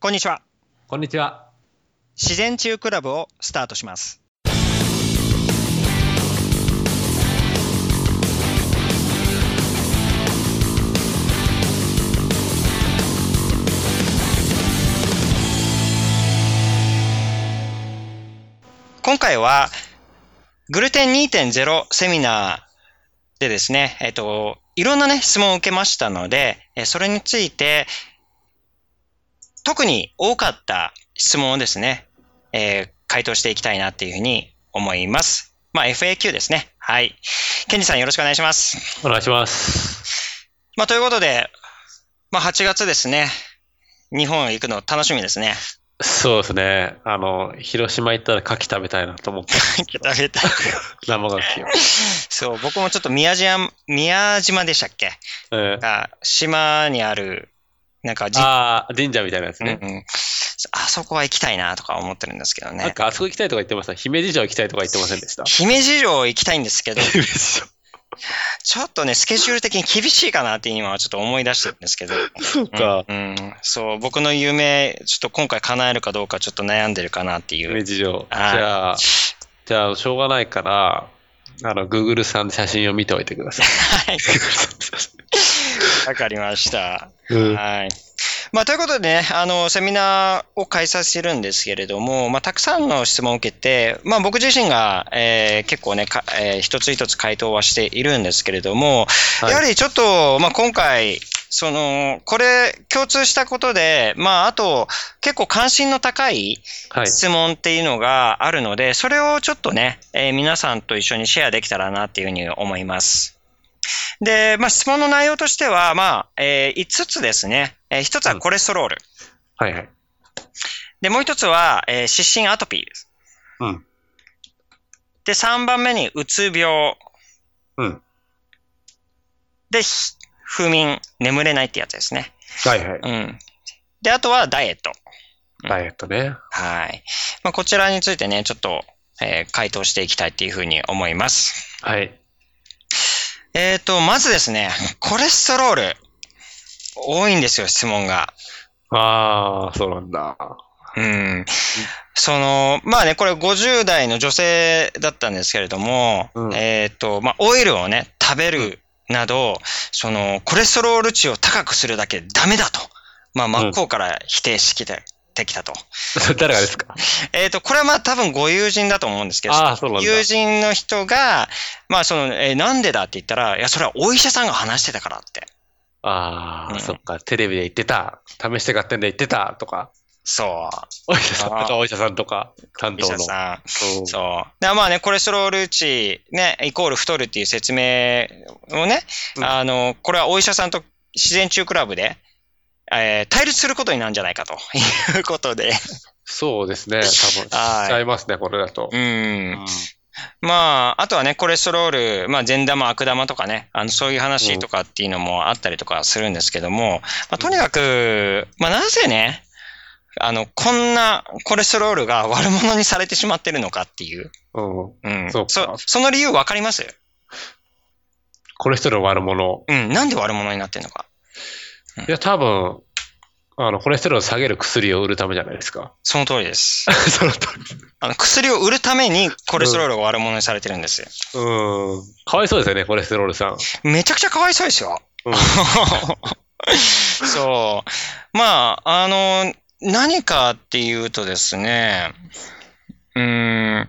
こんにちは。こんにちは。自然中クラブをスタートします。今回は、グルテン2.0セミナーでですね、えっと、いろんなね、質問を受けましたので、えそれについて、特に多かった質問をですね、えー回答していきたいなっていうふうに思います。まあ、FAQ ですね。はい。ケンジさんよろしくお願いします。お願いします。まあ、ということで、まあ、8月ですね。日本行くの楽しみですね。そうですね。あの、広島行ったら牡蠣食べたいなと思って、生牡蠣を。そう、僕もちょっと宮島、宮島でしたっけうん、あ島にある、なんかじ、ああ、神社みたいなやつうんうね。ん、あそこは行きたいなとか思ってるんですけどなんね。かあそこ行きたいとか言ってました。姫路城行きたいとか言ってませんでした。姫路城行きたいんですけど、姫路城。ちょっとね、スケジュール的に厳しいかなって今はちょっと思い出してるんですけど。 そうか。うん、そう、僕の夢、ちょっと今回叶えるかどうかちょっと悩んでるかなってい姫う。路城。じあーゃあ、じゃあ、しょうがないから、あの、Google さんで写真を見ておいてください。はい、 Google さんの写わかりました。真うん。はい。まあ、ということでね、あの、セミナーを開催するんですけれども、まあ、たくさんの質問を受けて、まあ、僕自身が、えー結構ね、かえー一つ一つ回答はしているんですけれども、はいやはりちょっと、まあ、今回、その、これ、共通したことで、まあ、あと、結構関心の高い、はい。質問っていうのがあるので、それをちょっとね、えー皆さんと一緒にシェアできたらなっていうふうに思います。で、まあ、質問の内容としては、まあ、え5つですね。え1つはコレステロール。はいはい。で、もう1つは、えー湿疹アトピーです。うん。で、3番目に、うつ病。うん。で、ひ不眠、眠れないってやつですね。はいはい。うん。で、あとはダイエット。ダイエットね。はい。まあ、こちらについてね、ちょっと、えー回答していきたいっていうふうに思います。はい。えーと、まずですね、コレステロール、多いんですよ、質問が。ああ、そうなんだ。うん。その、まあね、これ50代の女性だったんですけれども、うんえーと、まあ、オイルをね、食べるなど、その、コレステロール値を高くするだけダメだと。まあ、真っ向から否定してきて、てきたと。 誰がですかえーと、これはまあ多分ご友人だと思うんですけど、ああ、そうなんだ。友人の人が、まあその、えーなんでだって言ったら、いや、それはお医者さんが話してたからって。ああ、うんそっか、テレビで言ってた、試して買ってんで言ってたとか、そう。お医者さんとあーか、お医者さんとか、担医当の。者さうんん。そう。で、まあね、コレステロール値、ね、イコール太るっていう説明をね、うんあの、これはお医者さんと自然中クラブで、えー対立することになるんじゃないかということで。そうですね、多分、しちはいゃいますね、これだと。う。うんんまあ、あとはね、コレステロール、まあ、善玉、悪玉とかね、あの、そういう話とかっていうのもあったりとかするんですけども、まあ、とにかく、まあ、なぜね、あの、こんなコレステロールが悪者にされてしまってるのかっていう。うん、うん。そうかそその理由わかりますコレステロール悪者。うん、なんで悪者になってんのか。いや、多分、あの、コレステロール下げる薬を売るためじゃないですか。 その通りです。その通りあの薬を売るためにコレステロールを悪者にされてるんですよ。うん。かわいそうですよね、コレステロールさん。めちゃくちゃかわいそうですよ。うん そう。まあ、あの、何かっていうとですね、うーん。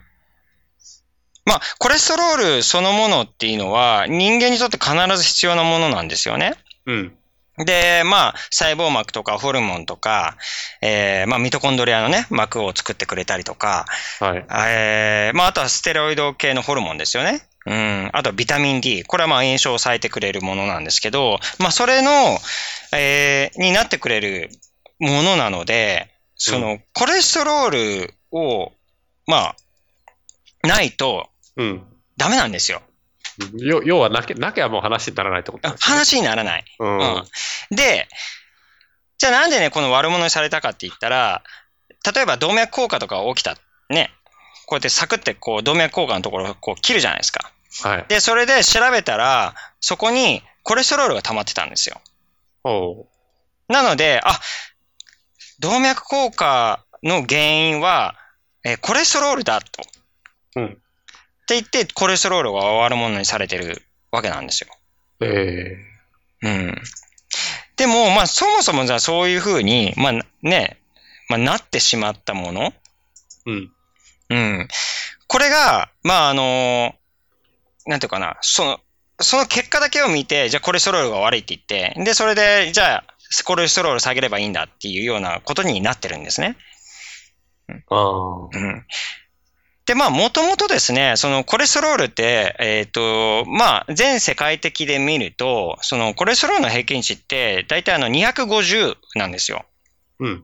まあ、コレステロールそのものっていうのは人間にとって必ず必要なものなんですよね。うん。で、まあ、細胞膜とかホルモンとか、えーまあ、ミトコンドリアのね、膜を作ってくれたりとか、はい。えーまあ、あとはステロイド系のホルモンですよね。うん。あとはビタミン D。これはまあ炎症を抑えてくれるものなんですけど、まあ、それの、えーになってくれるものなので、その、コレステロールを、まあ、ないとうん。ダメなんですよ。よ要はなけ、なきゃもう話にならないってことあです、ね。話にならない。うん。うんで、じゃあなんでね、この悪者にされたかって言ったら、例えば動脈硬化とか起きた、ね、こうやってサクってこう動脈硬化のところをこう切るじゃないですか。はい。で、それで調べたら、そこにコレステロールが溜まってたんですよ。おう。なので、あ、動脈硬化の原因は、えーコレステロールだと。うんって言って、コレステロールが悪者にされてるわけなんですよ。えうん。でも、まあ、そもそもじゃあそういうふうに、まあね、まあ、なってしまったもの、えうん。うん。これが、まあ、あの、なんていうかな、その、その結果だけを見て、じゃあコレステロールが悪いって言って、で、それで、じゃあ、コレステロール下げればいいんだっていうようなことになってるんですね。ああ。うん。で、まあ、もともとですね、そのコレステロールって、えっ、と、まあ、全世界的で見ると、そのコレステロールの平均値って、大体あの250なんですよ。うん。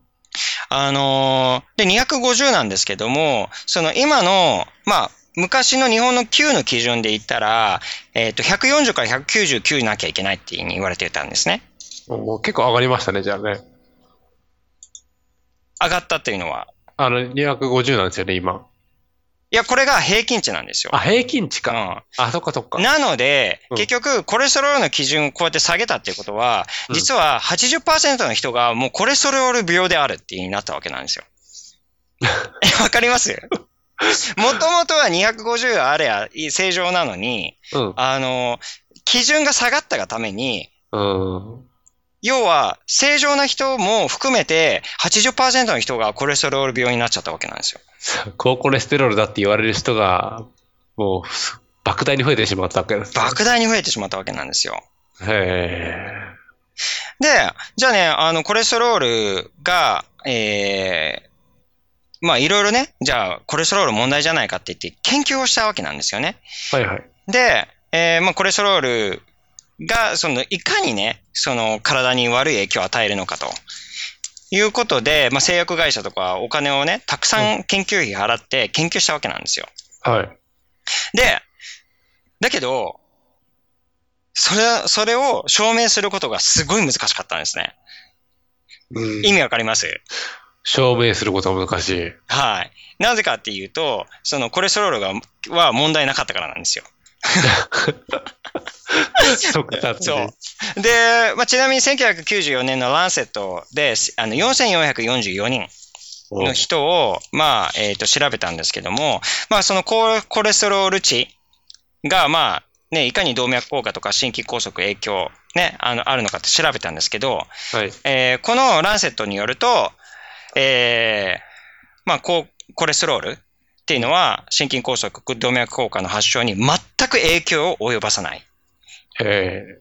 あのーで、250なんですけども、その今の、まあ、昔の日本の9の基準で言ったら、えっ、と、140から199なきゃいけないっていうふうに言われてたんですね。もう結構上がりましたね、じゃあね。上がったっていうのは。あの、250なんですよね、今。いや、これが平均値なんですよ。あ、平均値か。うんあ、そっかそっか。なので、うん結局、コレステロールの基準をこうやって下げたっていうことは、うん実は80%の人がもうコレステロール病であるっていうになったわけなんです よ。えわかります もともとは250あれや正常なのに、うん。あの、基準が下がったがために、うん。要は正常な人も含めて80%の人がコレステロール病になっちゃったわけなんですよ。高コレステロールだって言われる人が、もう、莫大に増えてしまったわけです。莫大に増えてしまったわけなんですよ。へで、じゃあね、あの、コレステロールが、えー、まあいろいろね、じゃあコレステロール問題じゃないかって言って研究をしたわけなんですよね。え。はいはい。で、えー、まあコレステロールが、その、いかにね、その体に悪い影響を与えるのかと。いうことで、まあ、製薬会社とかお金をね、たくさん研究費払って研究したわけなんですよ。はい。で、だけど、それ、それを証明することがすごい難しかったんですね。うん意味わかります証明することは難しい。はい。なぜかっていうと、そのコレステロールがは問題なかったからなんですよ。即 達そでう。で、まあ、ちなみに1994年のランセットで、しあの4444人の人を、まあ、えっ、と、調べたんですけども、まあ、そのココレステロール値が、まあ、ね、いかに動脈硬化とか心筋梗塞影響、ね、あの、あるのかって調べたんですけど、はい。えーこのランセットによると、えーまあ、こうコレステロールっていうのは心筋梗塞、動脈硬化の発症に全く影響を及ばさない。え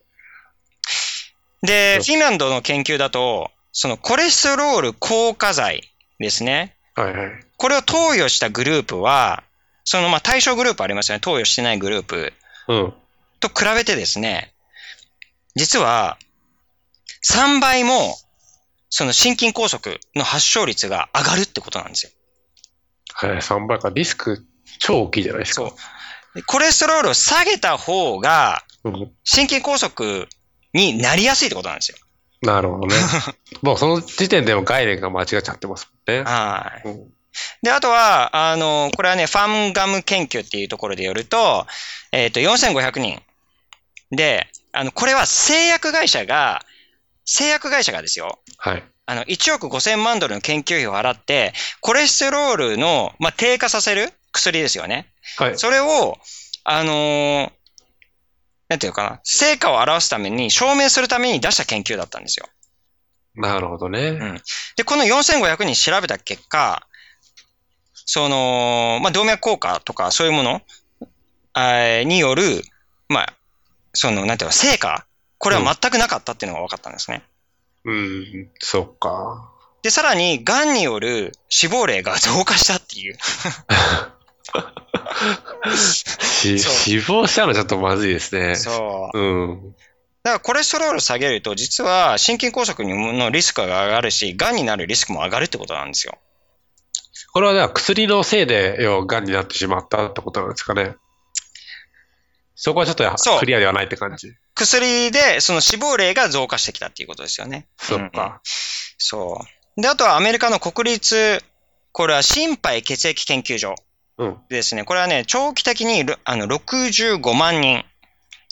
でう、んフィンランドの研究だと、そのコレステロール硬化剤ですね。え。はいはい。これを投与したグループは、そのまあ対象グループありますよね。投与してないグループうん。と比べてですね、実は3倍もその心筋梗塞の発症率が上がるってことなんですよ。はい、3倍か。リスク超大きいじゃないですか。そう。コレステロールを下げた方が、うん心筋梗塞になりやすいってことなんですよ。なるほ どね。もうその時点でも概念が間違っちゃってますもんね。はい。うんで、あとは、あの、これはね、ファンガム研究っていうところでよると、えっ、と、4500人。で、あの、これは製薬会社が、製薬会社がですよ、はい。あの、1億5000万ドルの研究費を払って、コレステロールの、まあ、低下させる薬ですよね。はい。それを、あのーなんていうかな、成果を表すために、証明するために出した研究だったんですよ。なるほどね。で、この4500人調べた結果、その、まあ、動脈硬化とかそういうものえーによる、まあ、その、なんていうか、成果これは全くなかったっていうのが分かったんですね。うん、そっか。で、さらに、癌による死亡例が増加したっていう。しそう死亡したのちょっとまずいですね。 そう。うん。だからコレステロール下げると、実は心筋梗塞のリスクが上がるし、癌になるリスクも上がるってことなんですよ。これはじゃあ薬のせいで、要は癌になってしまったってことなんですかね。そこはちょっとやそうクリアではないって感じ。薬で、その死亡例が増加してきたっていうことですよね。そっうんうんか。そう。で、あとはアメリカの国立、これは心肺血液研究所うん。ですね。これはね、長期的にろあの65万人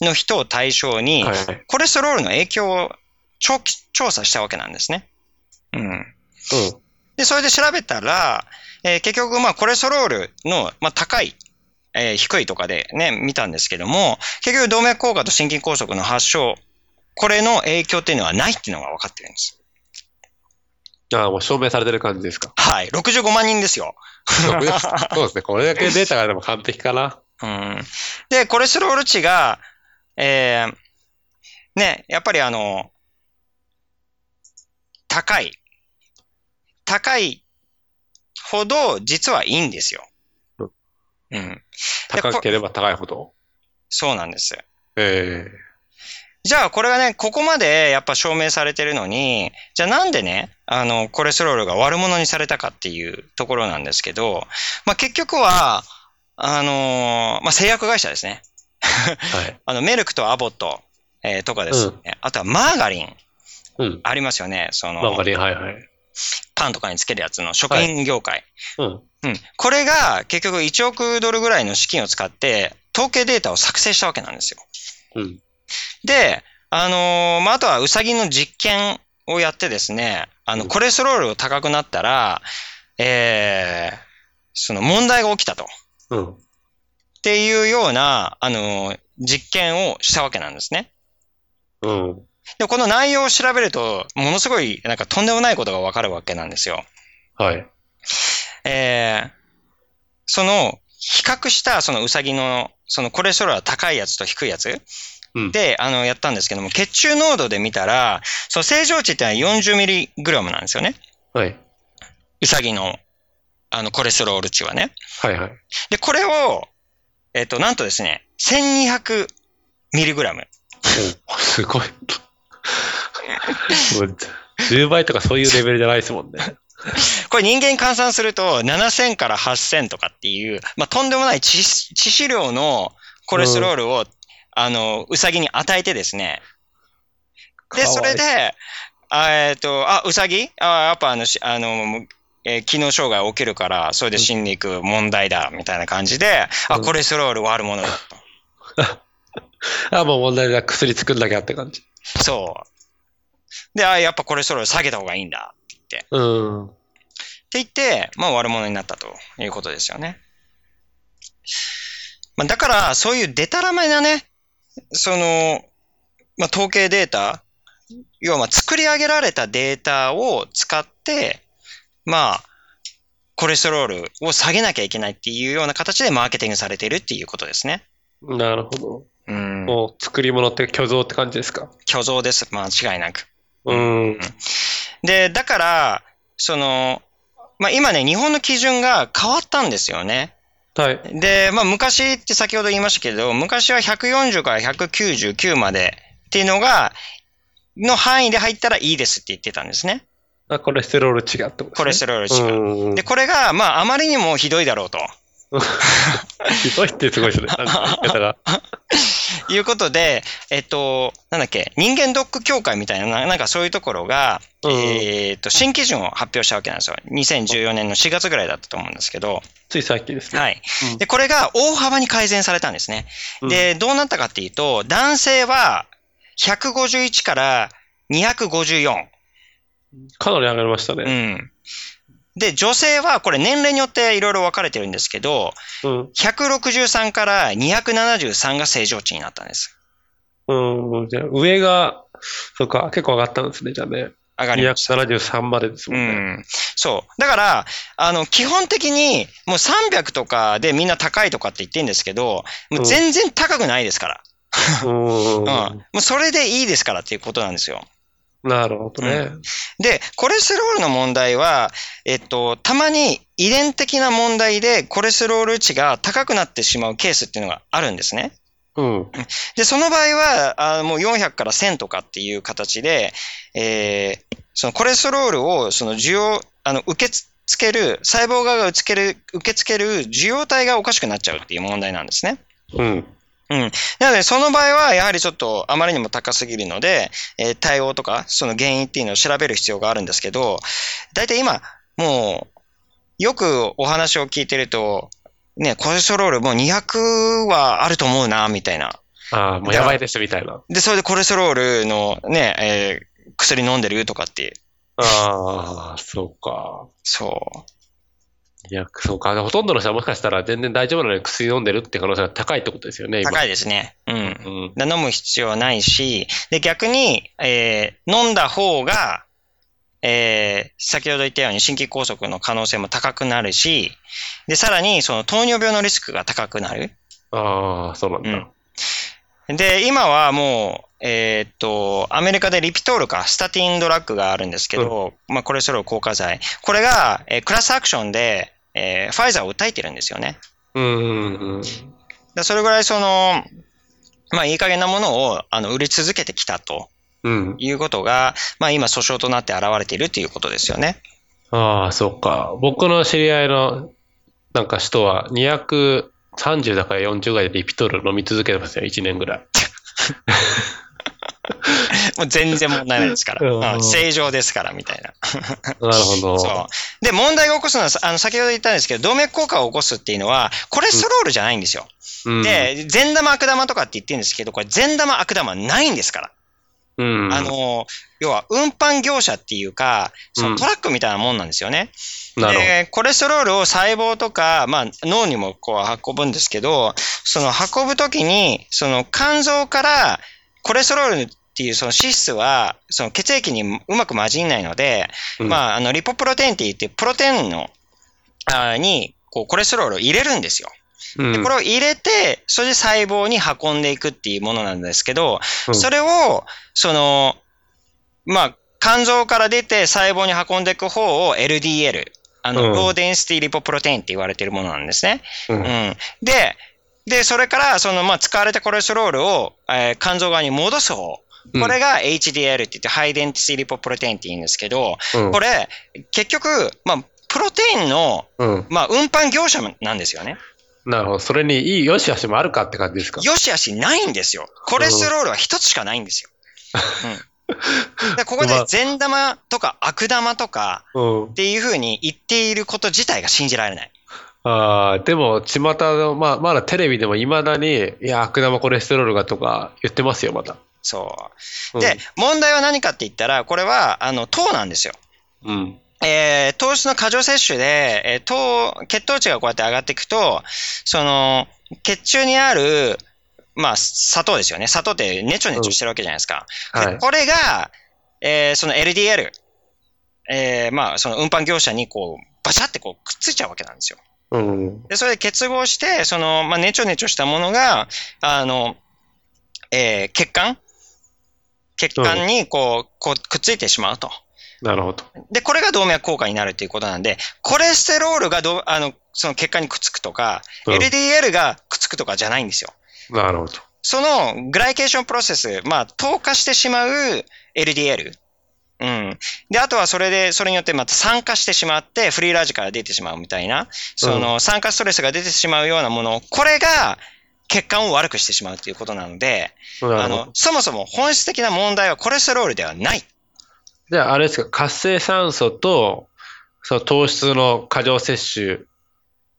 の人を対象に、はい。コレステロールの影響を長期調査したわけなんですね。うん。で、それで調べたら、えー結局、まあ、コレステロールの、まあ、高い、えー低いとかでね、見たんですけども、結局、動脈硬化と心筋梗塞の発症、これの影響っていうのはないっていうのが分かってるんです。。ああ、もう証明されてる感じですか はい。65万人ですよ。そうですね。これだけデータがあれば完璧かな。うん。で、コレステロール値が、えーね、やっぱりあの、高い。高いほど実はいいんですようん。うん。高ければ高いほど。そうなんです。えじゃあこれがね、ここまでやっぱ証明されてるのに、じゃあなんでね、あの、コレステロールが悪者にされたかっていうところなんですけど、まあ結局は、あのーまあ製薬会社ですね。えはい。あの、メルクとアボット、えーとかですね、あとはマーガリン、うん。ありますよね。そマーガの、リン、はいはい。パンとかにつけるやつの食品業界。うん。うん。これが結局1億ドルぐらいの資金を使って、統計データを作成したわけなんですよ。うん。で、あのーまあ、あとはウサギの実験をやってですね、あうの、んコレステロールが高くなったら、えー、その問題が起きたと。っうん。ていうような、あのー実験をしたわけなんですね。うん。で、この内容を調べると、ものすごい、なんかとんでもないことがわかるわけなんですよ。はい。えー、その、比較した、そのウサギの、そのコレステロールが高いやつと低いやつうん。で、あの、やったんですけども、血中濃度で見たら、その正常値ってのは 40mg なんですよね。はい。ウサギの、あの、コレステロール値はね。はいはい。で、これを、えっ、と、なんとですね、1200mg。おすごい。もう10倍とかそういうレベルじゃないですもんね。これ人間換算すると7000から8000とかっていう、まあ、とんでもない致死致死量のコレステロールを、あの、うさぎに与えてですね。 で、かわいそれで、あえっ、と、あ、うさぎあやっぱあの、しあの、えー機能障害起きるから、それで死んでいく問題だ、みたいな感じで、あ、うんコレステロールはあるものだと。あ、もう問題なく薬作んなきゃって感じ。そう。で、あ、やっぱコレステロール下げた方がいいんだ。うん。って言って、まあ悪者になったということですよね。まあ、だから、そういうデタラメなね、その、まあ、統計データ、要はまあ作り上げられたデータを使って、まあ、コレステロールを下げなきゃいけないっていうような形でマーケティングされているっていうことですね。なるほど。うん。もう作り物って虚像って感じですか。虚像です。間違いなく。うん。で、だから、その、まあ今ね、日本の基準が変わったんですよね。はい。で、まあ、昔って先ほど言いましたけど、昔は140から199までっていうのが、の範囲で入ったらいいですって言ってたんですね。あ、コレステロール違うってことですね。コレステロール値が。うんうん。で、これが、まあ、あまりにもひどいだろうとひどいってすごいですね。なんか言い方 が。いうことで、えっと、なんだっけ、人間ドック協会みたいな、ななんかそういうところが、うんえーっと、新基準を発表したわけなんですよ。2014年の4月ぐらいだったと思うんですけど、つい最近ですね。はい。うんで、これが大幅に改善されたんですね。で、どうなったかっていうと、男性は151から254。かなり上がりましたうね。ん。で、女性はこれ年齢によっていろいろ分かれてるんですけど、うん。 163から273が正常値になったんです。うん。じゃあ上が、そうか、結構上がったんですね。じゃあね。上がりました。 273までですうもんね。ん。そう。だから、あの、基本的にもう300とかでみんな高いとかって言ってるんですけど、もう全然高くないですから。うんうん。もうそれでいいですからっていうことなんですよ。なるほどね。で、コレステロールの問題は、えっと、たまに遺伝的な問題でコレステロール値が高くなってしまうケースっていうのがあるんですね。うん。で、その場合は、あもう400から1000とかっていう形で、えーそのコレステロールをその需要、あの、受け付ける、細胞側が受ける、受け付ける受容体がおかしくなっちゃうっていう問題なんですね。うん。なので、その場合は、やはりちょっとあまりにも高すぎるので、えー対応とか、その原因っていうのを調べる必要があるんですけど、大体今、もう、よくお話を聞いてると、ね、コレステロールもう200はあると思うな、みたいな。ああ、もうやばいですみたいな。で、それでコレステロールのね、えー薬飲んでるとかってああ、そうか。そいや、そうか。ほとんどの人はもしかしたら全然大丈夫なのに薬飲んでるって可能性が高いってことですよね、う。今。高い。いですね。うん。うん。で飲む必要はないし、で、逆に、えー飲んだ方が、えー先ほど言ったように心筋梗塞の可能性も高くなるし、で、さらにその糖尿病のリスクが高くなる。ああ、そうなんだ。うんで、今はもう、えーっと、アメリカでリピトールか、スタティンドラッグがあるんですけど、まあ、コレステロール硬化剤。これが、えークラスアクションで、えーファイザーを訴えてるんですよね。うんうんうん。でそれぐらいその、まあ、いい加減なものを、あの、売り続けてきたと。うん。いうことが、まあ今訴訟となって現れているということですよね。 ああ、そうか。僕の知り合いの、なんか人は230だから40ぐらいでリピトール飲み続けてますよ、1年 ぐらい。もう全然問題ないですかうんら。うん正常ですから、みたいな。なるほど。そう。で、問題が起こすのは、あの、先ほど言ったんですけど、動脈硬化を起こすっていうのは、コレステロールじゃないんですよ。うん、で、善玉悪玉とかって言ってるんですけど、これ善玉悪玉ないんですから。うん、あの、要は運搬業者っていうか、そうのんトラックみたいなもんなんですよね。なるほで、コレステロールを細胞とか、まあ、脳にもこう運ぶんですけど、その運ぶときに、その肝臓からコレステロールっていうその脂質は、その血液にうまく混じんないので、ど。あ、まあ、あの、リポプロテインって言って、プロテインの、あーに、こう、コレステロールを入れるんですよ。うん、で、これを入れて、それで細胞に運んでいくっていうものなんですけど、うんそれを、その、まあ、肝臓から出て細胞に運んでいく方を LDL、あうの、んローデンシティリポプロテインって言われてるものなんですね。うんうん。で、で、それから、その、まあ、使われたコレステロールを、えー肝臓側に戻す方。うんこれが HDL って言って、ハイデンシティリポプロテインって言うんですけど、うんこれ、結局、まあ、プロテインの、うん。まあ、運搬業者なんですよね。なるほど。それにいい良し悪しもあるかって感じですか。よしあしないんですよ。コレステロールは一つしかないんですよ。うん、でここで善玉とか悪玉とかうんっ。ていうふうに言っていること自体が信じられない。ああ、でも、巷の、まあ、まだテレビでもいまだに、いや、悪玉コレステロールがとか言ってますよ、また。そう。うんで、問題は何かって言ったら、これは、あの、糖なんですよ。うん。えー糖質の過剰摂取で、えー糖、血糖値がこうやって上がっていくと、その、血中にある、まあ、砂糖ですよね。砂糖ってネチョネチョしてるわけじゃないですか。ではい。これが、えーその LDL、えーまあ、その運搬業者にこう、バシャってこう、くっついちゃうわけなんですよ。うん。で、それで結合して、その、まあ、ネチョネチョしたものが、あの、えー血管血管にこう、こう、くっついてしまうと。なるほど。で、これが動脈硬化になるということなんで、コレステロールがど、あの、その血管にくっつくとか、うん LDL がくっつくとかじゃないんですよ。なるほど。そのグライケーションプロセス、まあ、透過してしまう LDL。うん。で、あとはそれで、それによってまた酸化してしまって、フリーラージから出てしまうみたいな、その酸化ストレスが出てしまうようなもの、これが血管を悪くしてしまうということなので、なあるほどの、。そもそも本質的な問題はコレステロールではない。じゃあ、あれですか、活性酸素と、その糖質の過剰摂取、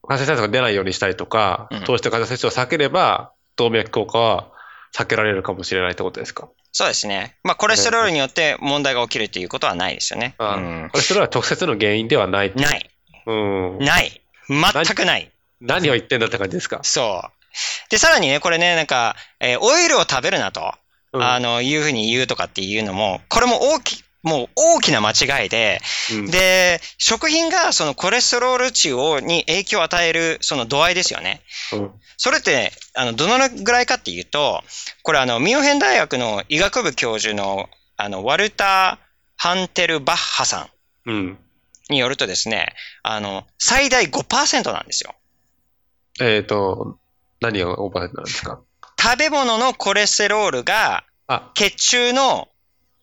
活性酸素が出ないようにしたりとか、うん糖質の過剰摂取を避ければ、動脈硬化は避けられるかもしれないってことですか。そうですね。まあ、コレステロールによって問題が起きるということはないですよね。うあん。これ、それは直接の原因ではないって。ない。うん。ない。全くない。何を言ってんだって感じですか。そう。で、さらにね、これね、なんか、えーオイルを食べるなと、うんあの、いうふうに言うとかっていうのも、これも大き、もう大きな間違いで、うんで、食品がそのコレステロール値を、に影響を与える、その度合いですよね。うんそれって、あの、どのぐらいかっていうと、これあの、ミュンヘン大学の医学部教授の、あの、ワルター・ハンテル・バッハさんうん。によるとですね、あの、最大5%なんですよ。えっと、何がオーバーヘッドなんですか。食べ物のコレステロールがあ、血中の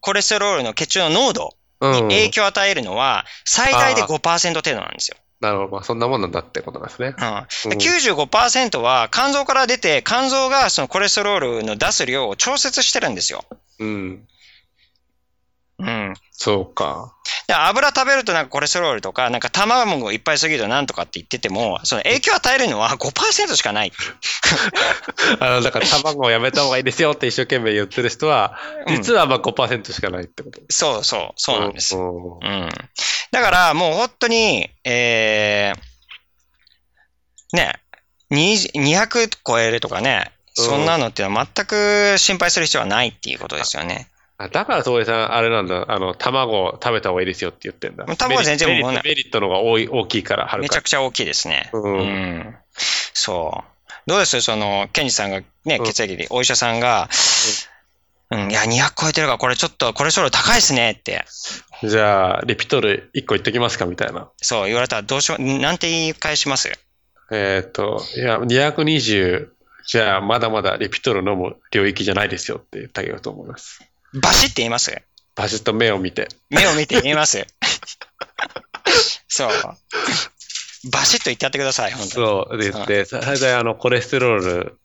コレステロールの血中の濃度うん。に影響を与えるのは最大で5%程度なんですよ。なるほど。まあ、そんなもんなんだってことなんですね。うん、うんで95%は肝臓から出て肝臓がそのコレステロールの出す量を調節してるんですよ。うん。うん。そうか。で油食べるとなんかコレステロールとか、なんか卵をいっぱいすぎるとなんとかって言ってても、その影響を与えるのは5%しかない。あの、だから卵をやめた方がいいですよって一生懸命言ってる人は、うん実はまあ5%しかないってこと。そうそう、そうなんです。おーうん。だからもう本当に、えー、ね、20 200超えるとかね、うんそんなのってのは全く心配する必要はないっていうことですよね。あだから、東江さん、あれなんだ、あの、卵を食べた方がいいですよって言ってんだ。卵は全然メリッ問トわないメリットの方が多い大きいから、はるめちかゃくちゃ大きいですね。うんんそう。どうですその、ケンジさんがね、うん血液で、お医者さんが、うん、いや、200超えてるから、これちょっと、コレステロール高いですねって、に。じゃあ、リピトル1個言っときますかみたいな。そう言われたら、どうしよう、なんて言い返しますえっ、と、いや、220、じゃあ、まだまだリピトル飲む領域じゃないですよって言ってあげようと思います。バシって言いますバシッと目を見て。目を見て言います。そう。バシッと言ってやってください、本当に。そう、で言って、最大あの、コレステロール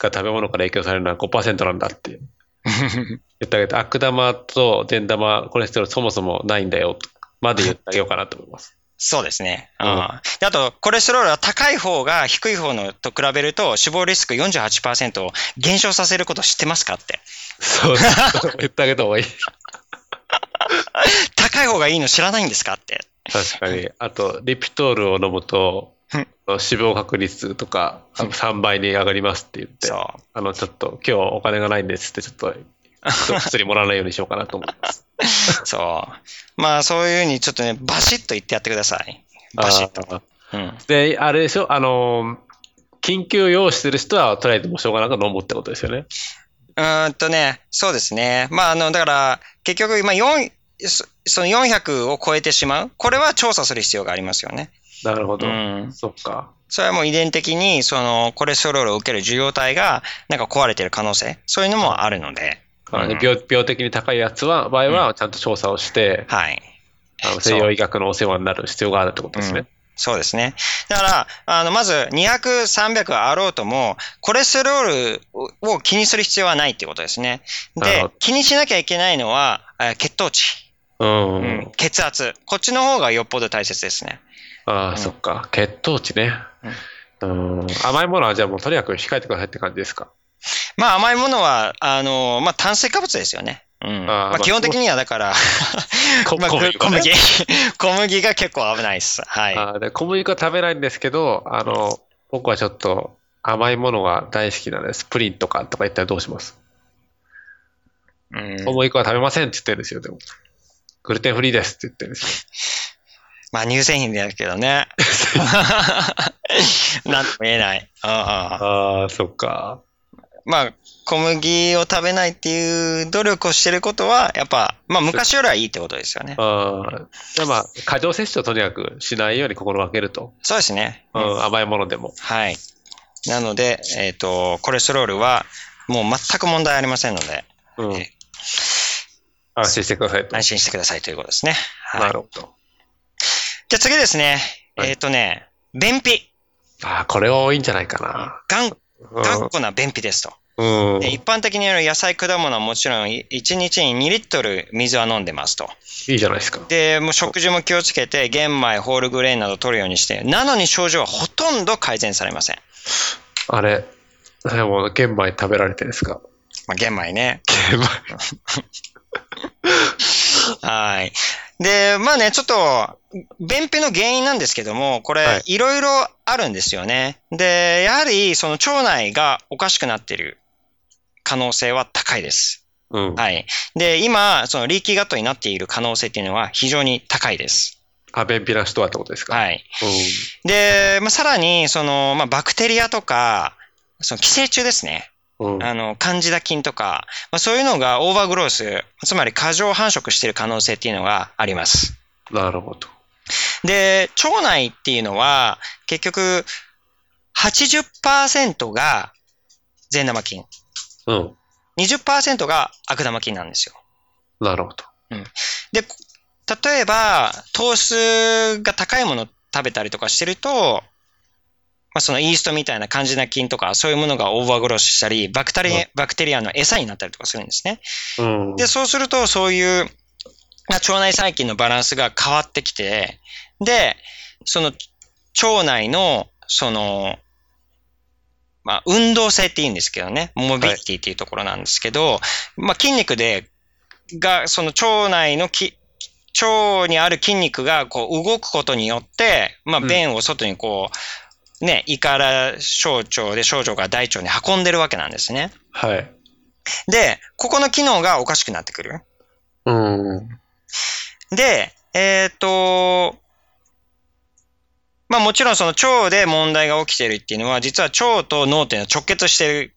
が食べ物から影響されるのは5%なんだって言ってあげて、悪玉と善玉、コレステロールそもそもないんだよ、まで言ってあげようかなと思います。そうですね。ううんん。であと、コレステロールは高い方が低い方のと比べると、死亡リスク48%を減少させること知ってますかって。そう、 言ってあげた方がいい。高い方がいいの知らないんですかって。確かに。あと、リピトールを飲むとうん、死亡確率とか3倍に上がりますって言って、そう。あの、ちょっと今日お金がないんですって、ちょっと、薬もらわないようにしようかなと思い ます。そう。まあ、そういうふうにちょっとね、バシッと言ってやってください。バシッと。あうーん。で、あれでしょ、あのー、緊急用意してる人は、とりあえずもうしょうがなく飲むってことですよね。うーんとね、そうですね。まあ、あの、だから、結局、今、4、そその400を超えてしまう。これは調査する必要がありますよね。なるほうど。ん。そっか。それはもう遺伝的に、その、コレステロールを受ける受容体が、なんか壊れてる可能性、そういうのもあるので、あのうん病病的に高いやつは、場合はちゃんと調査をして、はい。あの西洋医学のお世話になる必要があるってことですね。そうですね。だから、あの、まず、200、300あろうとも、コレステロールを気にする必要はないってことですね。なるでほど、気にしなきゃいけないのは、あ血糖値、うん。うん血圧。こっちの方がよっぽど大切ですね。ああ、うんそっか。血糖値ね。うん、甘いものはじゃあもうとにかく控えてくださいって感じですか。まあ、甘いものは、あの、まあ、炭水化物ですよね。うん。あーまあ、基本的には、だから、こ まあ 小麦小粉ね麦。 小麦が結構危ないです。はい。あーで小麦粉は食べないんですけど、あの、僕はちょっと甘いものが大好きなんです。プリンとかとか言ったらどうしますうん小麦粉は食べませんって言ってるんですよ、でも。グルテンフリーですって言ってるんですまあ、乳製品だけどね。 なんとも言えない。ああよ。ああ、そっか。まあ、小麦を食べないっていう努力をしてることは、やっぱ、まあ、昔よりはいいってことですよね。ああ。じゃあまあ、過剰摂取をとにかくしないように心がけると。そうですね。うん、甘いものでも。はい。なので、えっ、と、コレステロールは、もう全く問題ありませんので、うん。安心してくださいと。安心してくださいということですね。は。ないるほど。じゃあ次ですね。はいえっ、とね、便秘。ああ、これは多いんじゃないか頑な。頑固な便秘ですと。うん。うん。でい一般的に野菜、果物はもちろん、い1日に2リットル水は飲んでますと。いじゃないですか。で、もう食事も気をつけて、玄米、ホールグレーンなど取るようにして、なのに症状はほとんど改善されません。あれ、でも玄米食べられてですかまあ、玄米 ね。玄米。はい。で、まあね、ちょっと、便秘の原因なんですけども、これ、はいいろいろあるんですよね。で、やはり、その腸内がおかしくなっている可能性は高いです。うん。はい。で、今、そのリーキーガットになっている可能性っていうのは非常に高いです。あ、便秘な人はってことですか。はい。で、まあ、さらに、その、まあ、バクテリアとか、その寄生虫ですね。うん。うん。あの、カンジダ菌とか、まあ、そういうのがオーバーグロース、つまり過剰繁殖している可能性っていうのがあります。なるほど。で、腸内っていうのは、結局、80%が善玉菌、うん。 20%が悪玉菌なんですよ。なるほど。で、こ例えば、糖質が高いもの食べたりとかしてると、まあ、そのイーストみたいなカンジダ菌とか、そういうものがオーバーグロースしたり、バクテリア、バクテリアの餌になったりとかするんですね。うん。で、そうすると、そういうな腸内細菌のバランスが変わってきて、で、その腸内の、その、まあ、運動性って言うんですけどね、モビリティっていうところなんですけど、まあ、筋肉で、が、その腸内のき、腸にある筋肉がこう動くことによって、まあ、うん便を外にこう、ね、胃から小腸で小腸が大腸に運んでるわけなんですね。はい。で、ここの機能がおかしくなってくる。うん。で、えっ、と、まあもちろんその腸で問題が起きてるっていうのは、実は腸と脳っていうのは直結して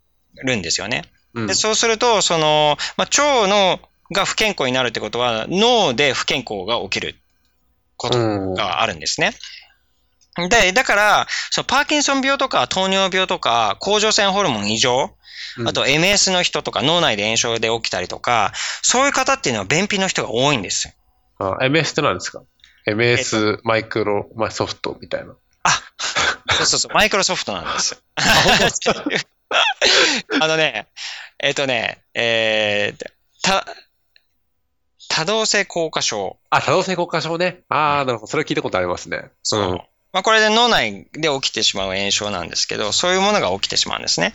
るんですよね。うんでそうすると、その、まあ、腸のが不健康になるってことは、脳で不健康が起きることうんがあるんですね。で、だから、そのパーキンソン病とか糖尿病とか、甲状腺ホルモン異常、うんあと MS の人とか脳内で炎症で起きたりとか、そういう方っていうのは便秘の人が多いんですよあ MS って何ですか ?MS マイクロマソフトみたいな。あ、そうそうそう、マイクロソフトなんです。 あのね、えっ、とね、えーた、多動性硬化症。あ、多動性硬化症ね。ああ、なるほど。それ聞いたことありますね。うん。まあ、これで脳内で起きてしまう炎症なんですけど、そういうものが起きてしまうんですね。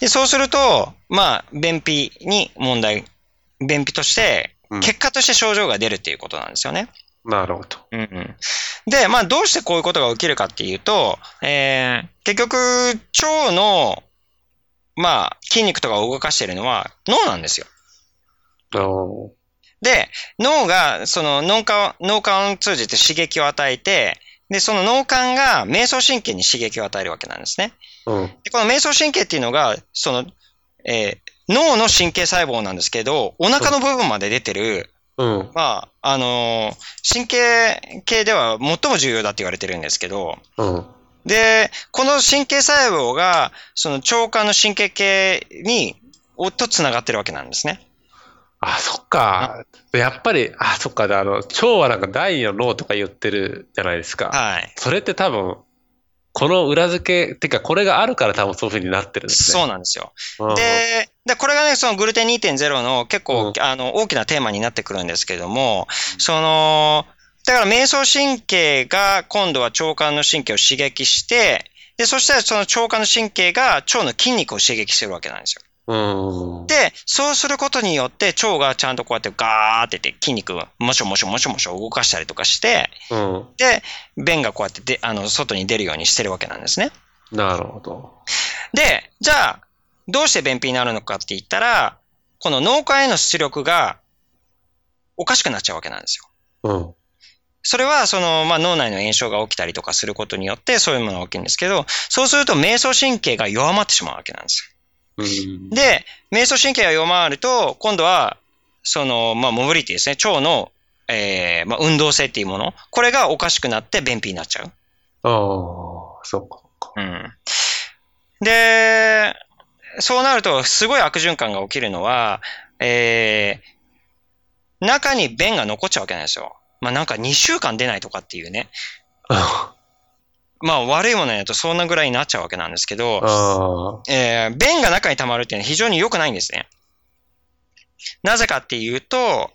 で、そうすると、まあ、便秘に問題、便秘としてうん、結果として症状が出るっていうことなんですよね。なるほど。うんうんで、まあ、どうしてこういうことが起きるかっていうと、えー結局、腸の、まあ、筋肉とかを動かしているのは脳なんですよ。おーで、脳が、その脳幹を、脳幹を通じて刺激を与えて、で、その脳幹が瞑想神経に刺激を与えるわけなんですね。うん。でこの瞑想神経っていうのが、その、えー脳の神経細胞なんですけど、お腹の部分まで出てる、うん。まあ、あのー神経系では最も重要だって言われてるんですけど、うん。で、この神経細胞が、その腸管の神経系に、おとつながってるわけなんですね。あ、そっか。やっぱり、あ、そっか。であの、腸はなんか第二の脳とか言ってるじゃないですか。はい。それって多分、この裏付け、てかこれがあるから多分そういうふうになってるんですそね。うなんですよ。そうで、でこれがね、そのグルテン2.0の結構、うあの大きなテーマになってくるんですけれども、その、だから瞑想神経が今度は腸管の神経を刺激して、で、そしたらその腸管の神経が腸の筋肉を刺激してるわけなんですよ。うん。うん。で、そうすることによって腸がちゃんとこうやってガーってて筋肉をもしょもしょもしょもしょ動かしたりとかして、うん。で、便がこうやってであの外に出るようにしてるわけなんですね。なるほど。で、じゃあ、どうして便秘になるのかって言ったら、この脳幹への出力がおかしくなっちゃうわけなんですよ。うん。それは、その、まあ、脳内の炎症が起きたりとかすることによって、そういうものが起きるんですけど、そうすると、瞑想神経が弱まってしまうわけなんですよ。うん。で、瞑想神経が弱まると、今度は、その、まあ、モビリティですね。腸の、えーまあ、運動性っていうもの。これがおかしくなって便秘になっちゃう。ああ、そっか。うん。で、そうなると、すごい悪循環が起きるのは、えー中に便が残っちゃうわけなんですよ。まあ、なんか2週間出ないとかっていうね。あまあ、悪いものやとそんなぐらいになっちゃうわけなんですけど、あ。えー便が中に溜まるっていうのは非常に良くないんですね。なぜかっていうと、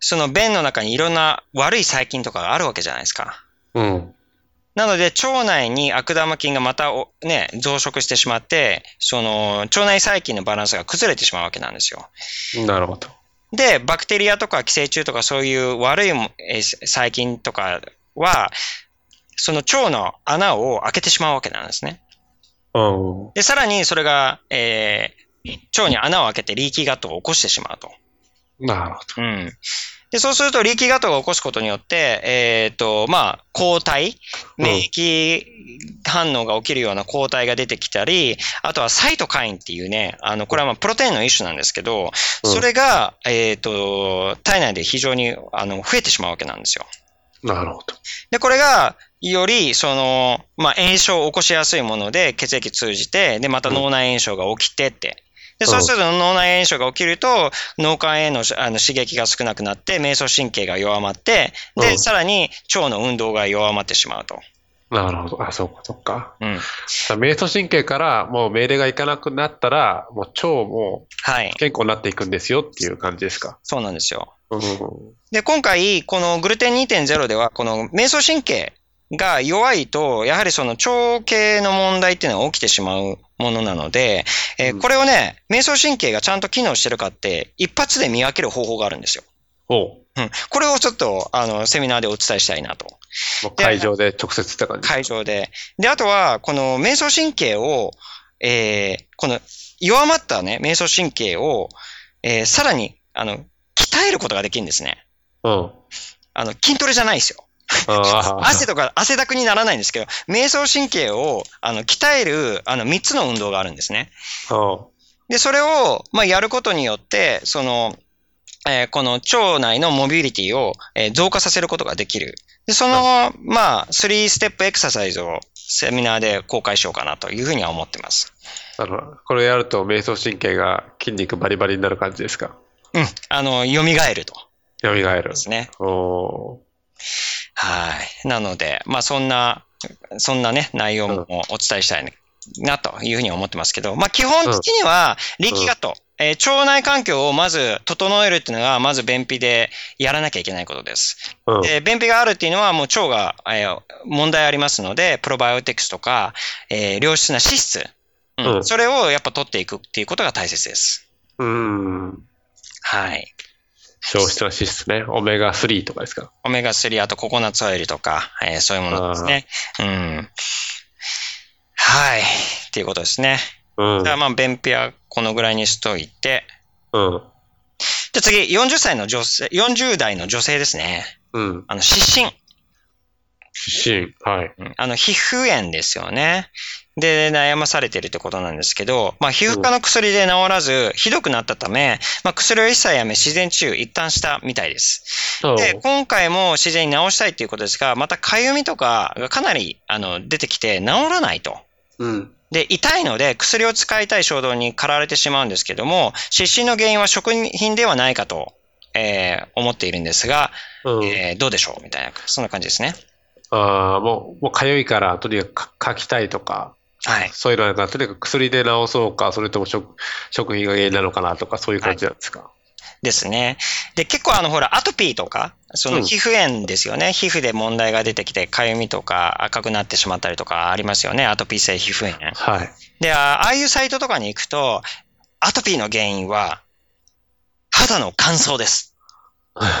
その便の中にいろんな悪い細菌とかがあるわけじゃないですか。うん。なので、腸内に悪玉菌がまたおね、増殖してしまって、その、腸内細菌のバランスが崩れてしまうわけなんですよ。なるほど。で、バクテリアとか寄生虫とかそういう悪いもえー細菌とかは、その腸の穴を開けてしまうわけなんですね。うん。で、さらにそれが、えー腸に穴を開けてリーキーガットを起こしてしまうと。なるほうん。で、そうすると、リーキーガットが起こすことによって、えっ、と、まあ、抗体、うん免疫反応が起きるような抗体が出てきたり、あとはサイトカインっていうね、あの、これはまあ、プロテインの一種なんですけど、うんそれが、えっ、と、体内で非常に、あの、増えてしまうわけなんですよ。ど。なるほど。で、これが、より、その、まあ、炎症を起こしやすいもので、血液通じて、で、また脳内炎症が起きてって。で、そうすると脳内炎症が起きると、脳幹へのあの刺激が少なくなって、瞑想神経が弱まって、うで、んさらに腸の運動が弱まってしまうと。なるほど。あ、そうか、そうか。うん。さ迷走神経からもう命令がいかなくなったら、もう腸もはい。健康になっていくんですよっていう感じですか。そうなんですよ。うん。で、今回、このグルテン2.0では、この瞑想神経が弱いと、やはりその腸系の問題っていうのは起きてしまうものなので、えーうんこれをね、瞑想神経がちゃんと機能してるかって、一発で見分ける方法があるんですよ。おううん。これをちょっと、あの、セミナーでお伝えしたいなと。もう会場で直接って感じ。会場で。で、あとは、この瞑想神経を、えーこの弱まったね、瞑想神経を、えーさらに、あの、鍛えることができるんですね。うん。あの、筋トレじゃないですよ。 ああ。汗とか汗だくにならないんですけど、瞑想神経をあの鍛えるあの3つの運動があるんですね。うん。で、それを、まあ、やることによって、その、えーこの腸内のモビリティを、えー増加させることができる。で、その、まあ、3ステップエクササイズをセミナーで公開しようかなというふうには思ってます。あの、これやると瞑想神経が筋肉バリバリになる感じですか。うん。あの、蘇ると。蘇るで。すね。おーはい。なので、まあそんな、そんなね、内容もお伝えしたいなというふうに思ってますけど、まあ基本的には力学と、えー腸内環境をまず整えるっていうのが、まず便秘でやらなきゃいけないことです。うん。で、便秘があるっていうのはもう腸が、えー問題ありますので、プロバイオティクスとか、えー良質な脂質、うんうんそれをやっぱ取っていくっていうことが大切です。うん。はい。消失の脂質ね。オメガ3とかですか。オメガ3、あとココナッツオイルとか、えーそういうものですね。うん。はい。っていうことですね。うんじゃあ。まあ、便秘はこのぐらいにしといて。うん。じゃあ次、40歳の女性、40代の女性ですね。うん。あの、湿疹。芯。はい。うんあの、皮膚炎ですよね。で、悩まされてるってことなんですけど、まあ、皮膚科の薬で治らず、ひどくなったため、まあ、薬を一切やめ、自然治癒一旦したみたいです。そう。で、今回も自然に治したいっていうことですが、また痒みとかがかなりあの出てきて治らないと。うん。で、痛いので薬を使いたい衝動に駆られてしまうんですけども、湿疹の原因は食品ではないかと、えー思っているんですが、うん。えーどうでしょうみたいな、そんな感じですね。ああ、もう、もうかゆいから、とにかくか書きたいとか、はい。そういうのなんか、とにかく薬で治そうか、それとも食食品が原因なのかなとか、そういう感じなんですか。ですね。で、結構あの、ほら、アトピーとか、そのうん皮膚炎ですよね。皮膚で問題が出てきて、痒みとか赤くなってしまったりとかありますよね。アトピー性皮膚炎。はい。で、あああいうサイトとかに行くと、アトピーの原因は、肌の乾燥 です。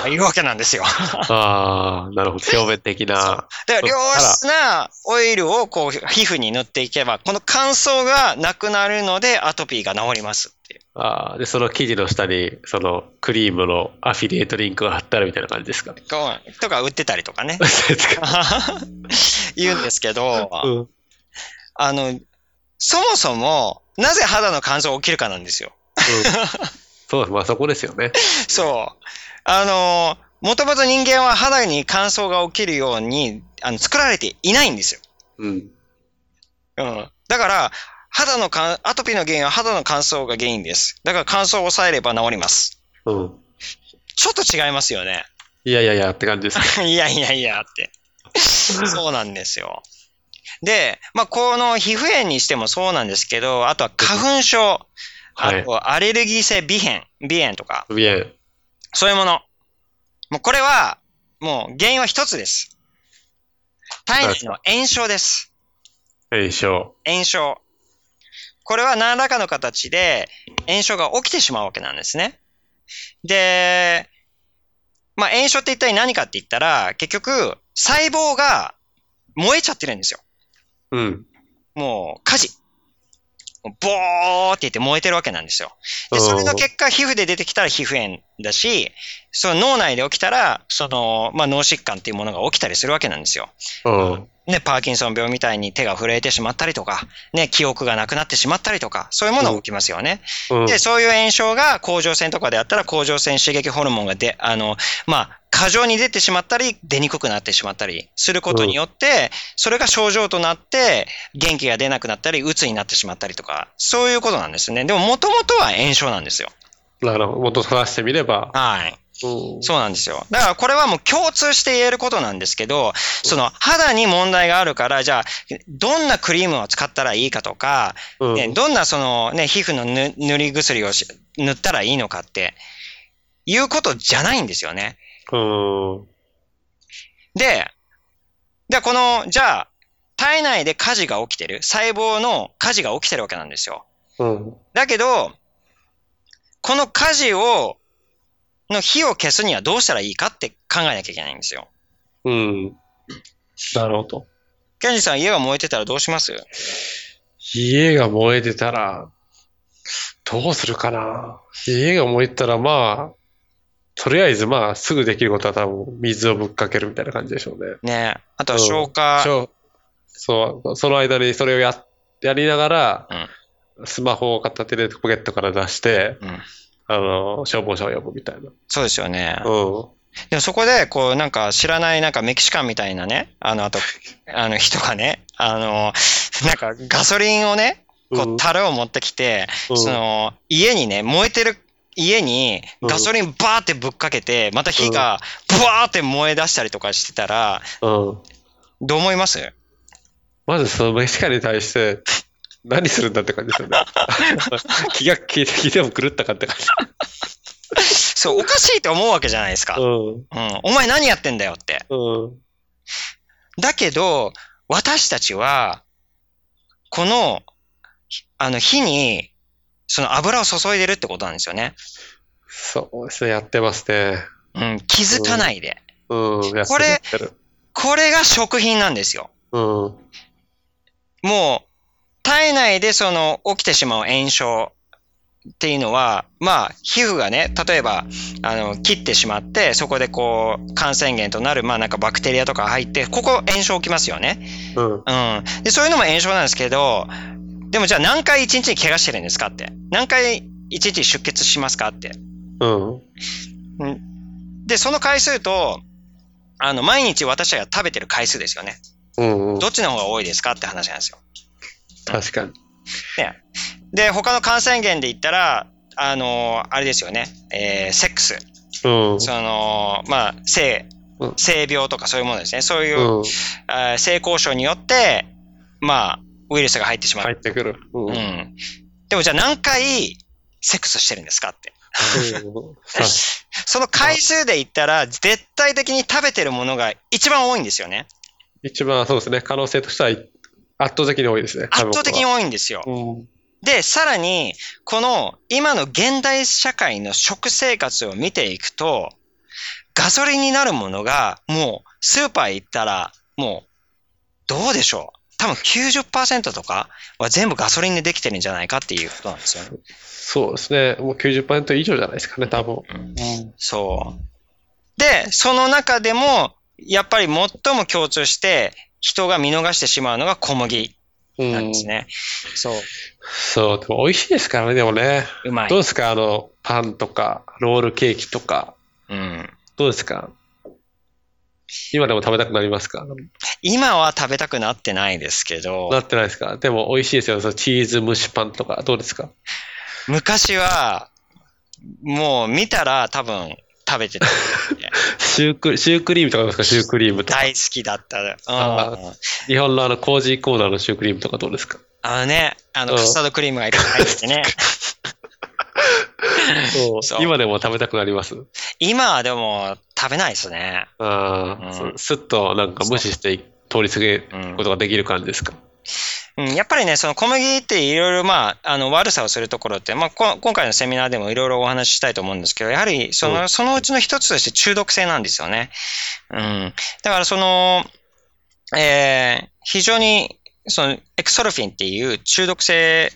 というわけなんですよ。ああ、な るほど。表面的な。で、良質なオイルをこう皮膚に塗っていけば、この乾燥がなくなるので、アトピーが治りますっていう。ああ、で、その記事の下に、そのクリームのアフィリエイトリンクが貼ってあるみたいな感じですか。。こうとか売ってたりとかね そうですか言うんですけど、うん。あの、そもそも、なぜ肌の乾燥起きるかなんですよ。そう、まあそこですよね。そう。あの、もともと人間は肌に乾燥が起きるようにあの作られていないんですよ。うん。うん。だから、肌のかんアトピーの原因は肌の乾燥が原因です。だから乾燥を抑えれば治ります。うん。ちょっと違いますよね。 いやいやいやって感じですか。いやいやいやって。 そうなんですよ。で、まあ、この皮膚炎にしてもそうなんですけど、あとは花粉症、はあい。とアレルギー性鼻炎、鼻炎とか、ビエン。そういうもの。もうこれは、もう原因は一つです。体内の炎症です。炎症。炎症。これは何らかの形で炎症が起きてしまうわけなんですね。で、まあ炎症って一体何かって言ったら、結局細胞が燃えちゃってるんですよ。うん。もう火事。もうボーって言って燃えてるわけなんですよ。で、それの結果、皮膚で出てきたら皮膚炎だし、その脳内で起きたら、その、まあ、脳疾患っていうものが起きたりするわけなんですよ。うん。ね、パーキンソン病みたいに手が震えてしまったりとか、ね、記憶がなくなってしまったりとか、そういうものが起きますよね。うん。で、そういう炎症が甲状腺とかであったら、甲状腺刺激ホルモンがで、あの、まあ、過剰に出てしまったり、出にくくなってしまったりすることによって、それが症状となって、元気が出なくなったり、鬱になってしまったりとか、そういうことなんですね。でも、もともとは炎症なんですよ。なるほど。元と話してみれば、はい。うんそうなんですよ。だからこれはもう共通して言えることなんですけど、その肌に問題があるから、じゃあ、どんなクリームを使ったらいいかとか、うんね、どんなそのね、皮膚のぬ塗り薬をし塗ったらいいのかって、いうことじゃないんですよね。うんで、で、この、じゃあ、体内で火事が起きてる、細胞の火事が起きてるわけなんですよ。うんだけど、この火事を、の火を消すにはどうしたらいいかって考えなきゃいけないんですよ。うんなるほど。ケンジさん、家が燃えてたらどうします家が燃えてたら、どうするかな。家が燃えてたら、まあ、とりあえず、まあ、すぐできることは多分、水をぶっかけるみたいな感じでしょうね。ねあとはうん消化。そうそう、その間にそれをややりながら、スマホを片手でポケットから出して、うんあの、消防車を呼ぶみたいな。そうですよね。うん。でもそこで、こう、なんか知らない、なんかメキシカンみたいなね、あ の、あと、あの人がね、あの、なんかガソリンをね、こうんう、樽を持ってきて、うんその、家にね、燃えてる家にガソリンバーってぶっかけて、また火がブワーって燃え出したりとかしてたら、うん。どう思いますまずそのメキシカンに対して、何するんだって感じです よね。気が利いて、聞いても狂ったかって感じ。そう、おかしいと思うわけじゃないですか。うん。うお前何やってんだよって。ん。うん。だけど、私たちは、この、あの、火に、その油を注いでるってことなんですよね。そうですね、やってますね。うん、気づかないで。うん、やってるこれやってる。これが食品なんですよ。うん。もう、体内でその起きてしまう炎症っていうのは、まあ、皮膚がね、例えば、あの、切ってしまって、そこでこう、感染源となる、まあなんかバクテリアとか入って、ここ炎症起きますよね。うん。うん。で、そういうのも炎症なんですけど、でもじゃあ何回一日に怪我してるんですかって。何回一日に出血しますかって。うん。で、その回数と、あの、毎日私たちが食べてる回数ですよね。うん。うんどっちの方が多いですかって話なんですよ。確かに。で、他の感染源で言ったら、あのーあれですよね、えーセックス、うん。その、まあ、性うん、性病とかそういうものですね。そういう、うん。あー性交渉によって、まあ、ウイルスが入ってしまう。入ってくる。うん。ううんん。でもじゃあ何回、セックスしてるんですかって。さその回数で言ったら、絶対的に食べてるものが一番多いんですよね。一番そうですね、可能性としては圧倒的に多いですね。圧倒的にい。多いんですよ。うん。で、さらに、この今の現代社会の食生活を見ていくと、ガソリンになるものが、もうスーパー行ったら、もう、どうでしょう。多分90%とかは全部ガソリンでできてるんじゃないかっていうことなんですよね。そうですね、もう90%以上じゃないですかね、多分。そう。で、その中でも、やっぱり最も共通して、人が見逃してしまうのが小麦うなんですね。そう。そう、でも美味しいですからね、でもね。うまいどう。ですか、あの、パンとか、ロールケーキとか、うん。どうですか今でも食べたくなりますか今は食べたくなってないですけど。なってないですかでも美味しいですよ、そのチーズ蒸しパンとか、どうですか昔は、もう見たら多分食べて た。シュークシュークリームとかどうですかシュークリームとか。大好きだった。うん、ああ日本のあの、工事コーナーのシュークリームとかどうですかのね、あのうんカスタードクリームがいっぱい入ってて ね。そう今でも食べたくなります今はでも食べないですね。あうんあ、そうすっとなんか無視して通り過ぎることができる感じですか。うん、やっぱりね、その小麦っていろいろまあ、あの悪さをするところって、まあこ、今回のセミナーでもいろいろお話ししたいと思うんですけど、やはりその、うそのうちの一つとして中毒性なんですよね。うん。だからその、えー非常に、その、エクソルフィンっていう中毒性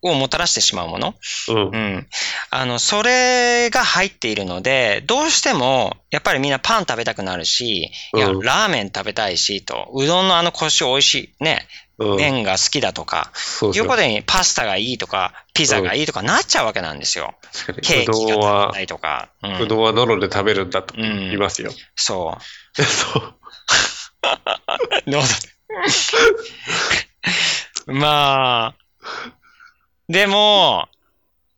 をもたらしてしまうもの。うんう。ん。あの、それが入っているので、どうしても、やっぱりみんなパン食べたくなるし、いや、うんラーメン食べたいし、と、うどんのあのコシ美味しい、ね、うん。麺が好きだとか、そういそうう。ことにパスタがいいとか、ピザがいいとかなっちゃうわけなんですよ。確かケに。ーうキどが食べんはた、いとか。うんうどんはノロで食べるんだとうん言いますよ。 そそう。 う。どうぞ。 まあ、でも、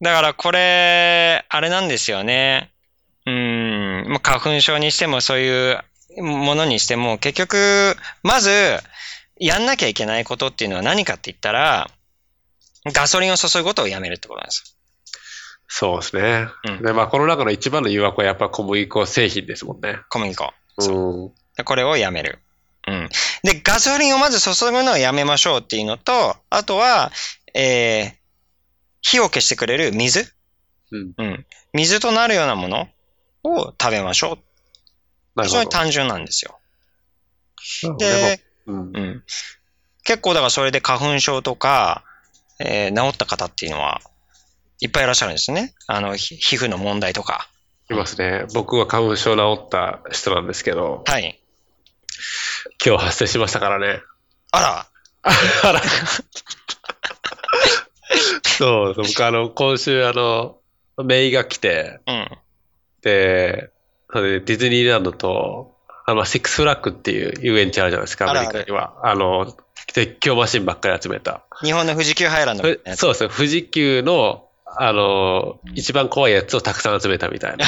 だからこれ、あれなんですよね。うん、まあ花粉症にしてもそういうものにしても、結局、まず、やんなきゃいけないことっていうのは何かって言ったら、ガソリンを注ぐことをやめるってことなんです。そうですね。うんで、まあ、この中の一番の誘惑はやっぱ小麦粉製品ですもんね。小麦粉。うん。でこれをやめる。うん。で、ガソリンをまず注ぐのをやめましょうっていうのと、あとは、えー、火を消してくれる水うん。うん。水となるようなものを食べましょう。なる非ほ常に。ど単純なんですよ。なるほどで、うう、んん。結構だからそれで花粉症とか、えー治った方っていうのは、いっぱいいらっしゃるんですね。あの、ひ皮膚の問題とか。いますね。僕は花粉症治った人なんですけど、はい。今日発生しましたからね。 あら、あら。そうそう、僕あの、今週あの、メイが来て、うん。で、それでディズニーランドと、あの、シックスフラッグっていう遊園地あるじゃないですか、あアるメあるリカには。あの、絶叫マシンばっかり集めた。日本の富士急ハイランドみたいなやつそうですね、富士急の、あの、一番怖いやつをたくさん集めたみたいな。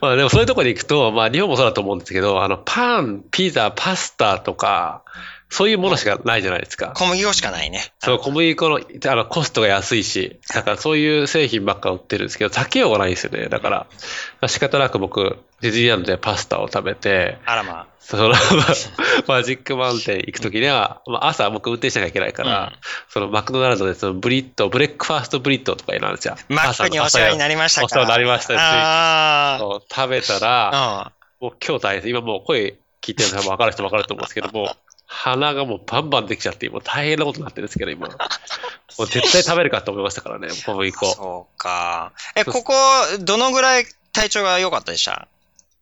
まあでもそういうところに行くと、まあ日本もそうだと思うんですけど、あの、パン、ピザ、パスタとか、そういうものしかないじゃないですか。小麦粉しかないね。そう、小麦粉の、あの、コストが安いし、だからそういう製品ばっか売ってるんですけど、避けようがないんですよね。だから、まあ仕方なく僕、ディズニーランドでパスタを食べて、あらまあ。その、まあマジックマウンテン行くときには、まあ朝僕運転しなきゃいけないから、うんそのマクドナルドでそのブリッド、ブレックファーストブリッドとかになるんですよ。マックにお世話になりましたかお世話になりましたしあそう食べたら、あ。もう今日大変です。今もう声聞いてるの分かる人分かると思うんですけども、鼻がもうバンバンできちゃって、もう大変なことになってるんですけど、今。もう絶対食べるかと思いましたからね、小麦う粉。ん。いそうか。え、そうここ、どのぐらい体調が良かったでした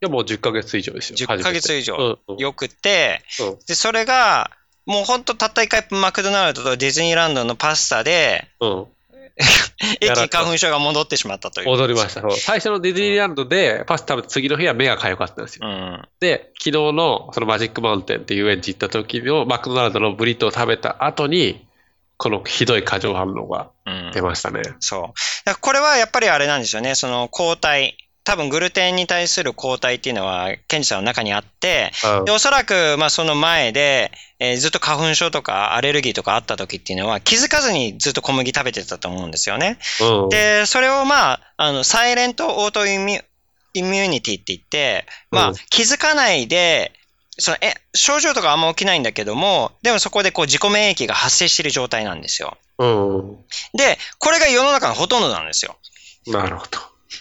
や、もう10ヶ月以上ですよ。 10ヶ月以上初めてうんうん良くて、そうで、それが、もうほんとたった一回マクドナルドとディズニーランドのパスタで、うん。一やら気れにた花粉症が戻ってしまったという。踊りました。そう最初のディズニーランドでパスタ食べて次の日は目がかゆかったんですよ。うん。で、昨日のそのマジックマウンテンっていう遊園地行った時のマクドナルドのブリッドを食べた後に、このひどい過剰反応がうん出。ましたね。そう。だからこれはやっぱりあれなんですよね。その抗体。多分グルテンに対する抗体っていうのは、ケンジさんの中にあって、うんで、おそらく、まあ、その前で、えーずっと花粉症とかアレルギーとかあった時っていうのは、気づかずにずっと小麦食べてたと思うんですよね。うんで、それをまあ、あの、サイレントオートイミュイミュニティって言って、まうあん、気づかないで、そのえ症状とかあんま起きないんだけども、でもそこでこう自己免疫が発生している状態なんですよ。うん。で、これが世の中のほとんどなんですよ。なるほど。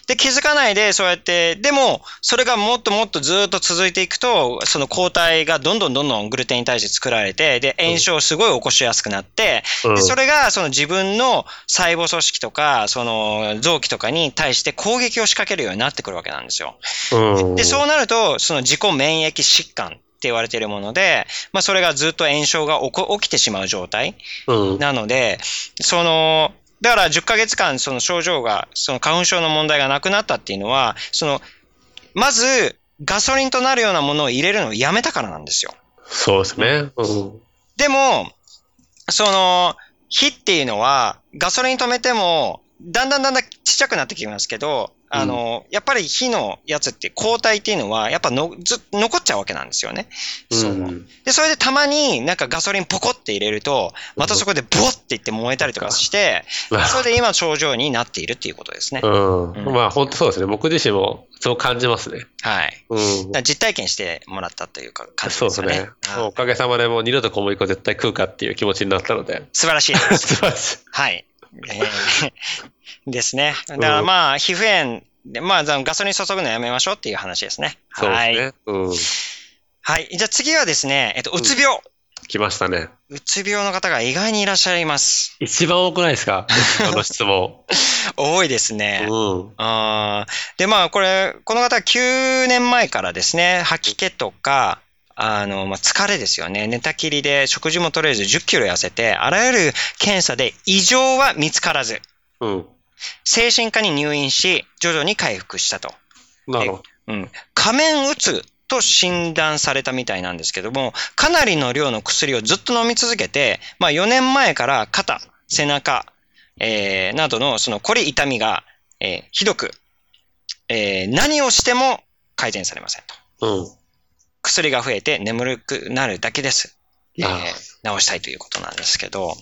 で、気づかないで、そうやって、でも、それがもっともっとずっと続いていくと、その抗体がどんどんどんどんグルテンに対して作られて、で、炎症をすごい起こしやすくなって、うんでそれがその自分の細胞組織とか、その臓器とかに対して攻撃を仕掛けるようになってくるわけなんですよ。うんで、そうなると、その自己免疫疾患って言われているもので、まあ、それがずっと炎症が起こ起きてしまう状態。うん。なので、その、だから10ヶ月間、その症状が、その花粉症の問題がなくなったっていうのは、その、まず、ガソリンとなるようなものを入れるのをやめたからなんですよ。そうですね。うん。でも、その、火っていうのは、ガソリン止めても、だんだんだんだんちっちゃくなってきますけど、あの、やっぱり火のやつって、抗体っていうのは、やっぱのずっと残っちゃうわけなんですよね。そのうんで、それでたまになんかガソリンポコって入れると、またそこでボワっていって燃えたりとかして、なるそれで今の症状になっているっていうことですね。ほどうんうん。まあ本当そうですね。僕自身もそう感じますね。はい。うん。だから実体験してもらったというか感じそうでですすよねね。。もうおかげさまでもう二度と小麦粉絶対食うかっていう気持ちになったので。素晴らしいです。素晴らしい。はい。えー ですね。だからまあ、皮膚炎で、まあ、そのガソリン注ぐのやめましょうっていう話ですね。そうではすい。ね。うん。はい。じゃあ次はですね、えっと、うつ病。来ましたね。うつ病の方が意外にいらっしゃいます。一番多くないですかあの質 問。多いですね。うん。あーで、まあ、これ、この方は9年前からですね、吐き気とか、あの、まあ、疲れですよね。寝たきりで食事も取れず10キロ痩せて、あらゆる検査で異常は見つからず、うん。精神科に入院し、徐々に回復したと。なるほど。うん。仮面うつと診断されたみたいなんですけども、かなりの量の薬をずっと飲み続けて、まあ4年前から肩、背中、えーなどのそのこり痛みが、えーひどく、えー何をしても改善されませんと。うん。薬が増えて眠くなるだけです。えあー治したいということなんですけど、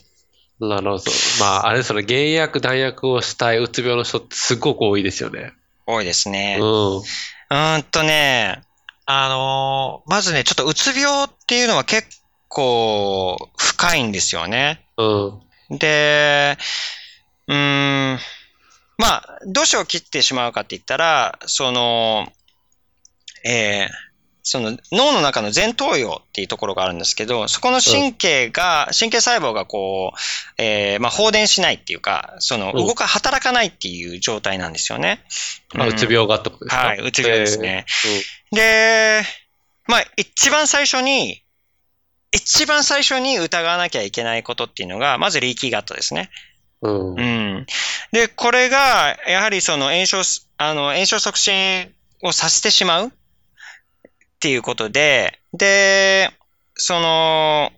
なるほど。まあ、あれ、その、減薬、弾薬をしたい、うつ病の人ってすごく多いですよね。多いですね。うん。うーんとね、あのーまずね、ちょっとうつ病っていうのは結構深いんですよね。うん。で、うーん、まあ、どうしを切ってしまうかって言ったら、その、えーその脳の中の前頭葉っていうところがあるんですけど、そこの神経が、神経細胞がこう、えーまあ、放電しないっていうか、そのうん動か、働かないっていう状態なんですよね。あうつ病がってことですかはい、うつ病ですね。。えで、まあ、一番最初に、一番最初に疑わなきゃいけないことっていうのが、まずリーキーガットですね。ーうん。うう。んん。で、これが、やはりその炎症す、あの、炎症促進をさせてしまうっていうことで、で、その、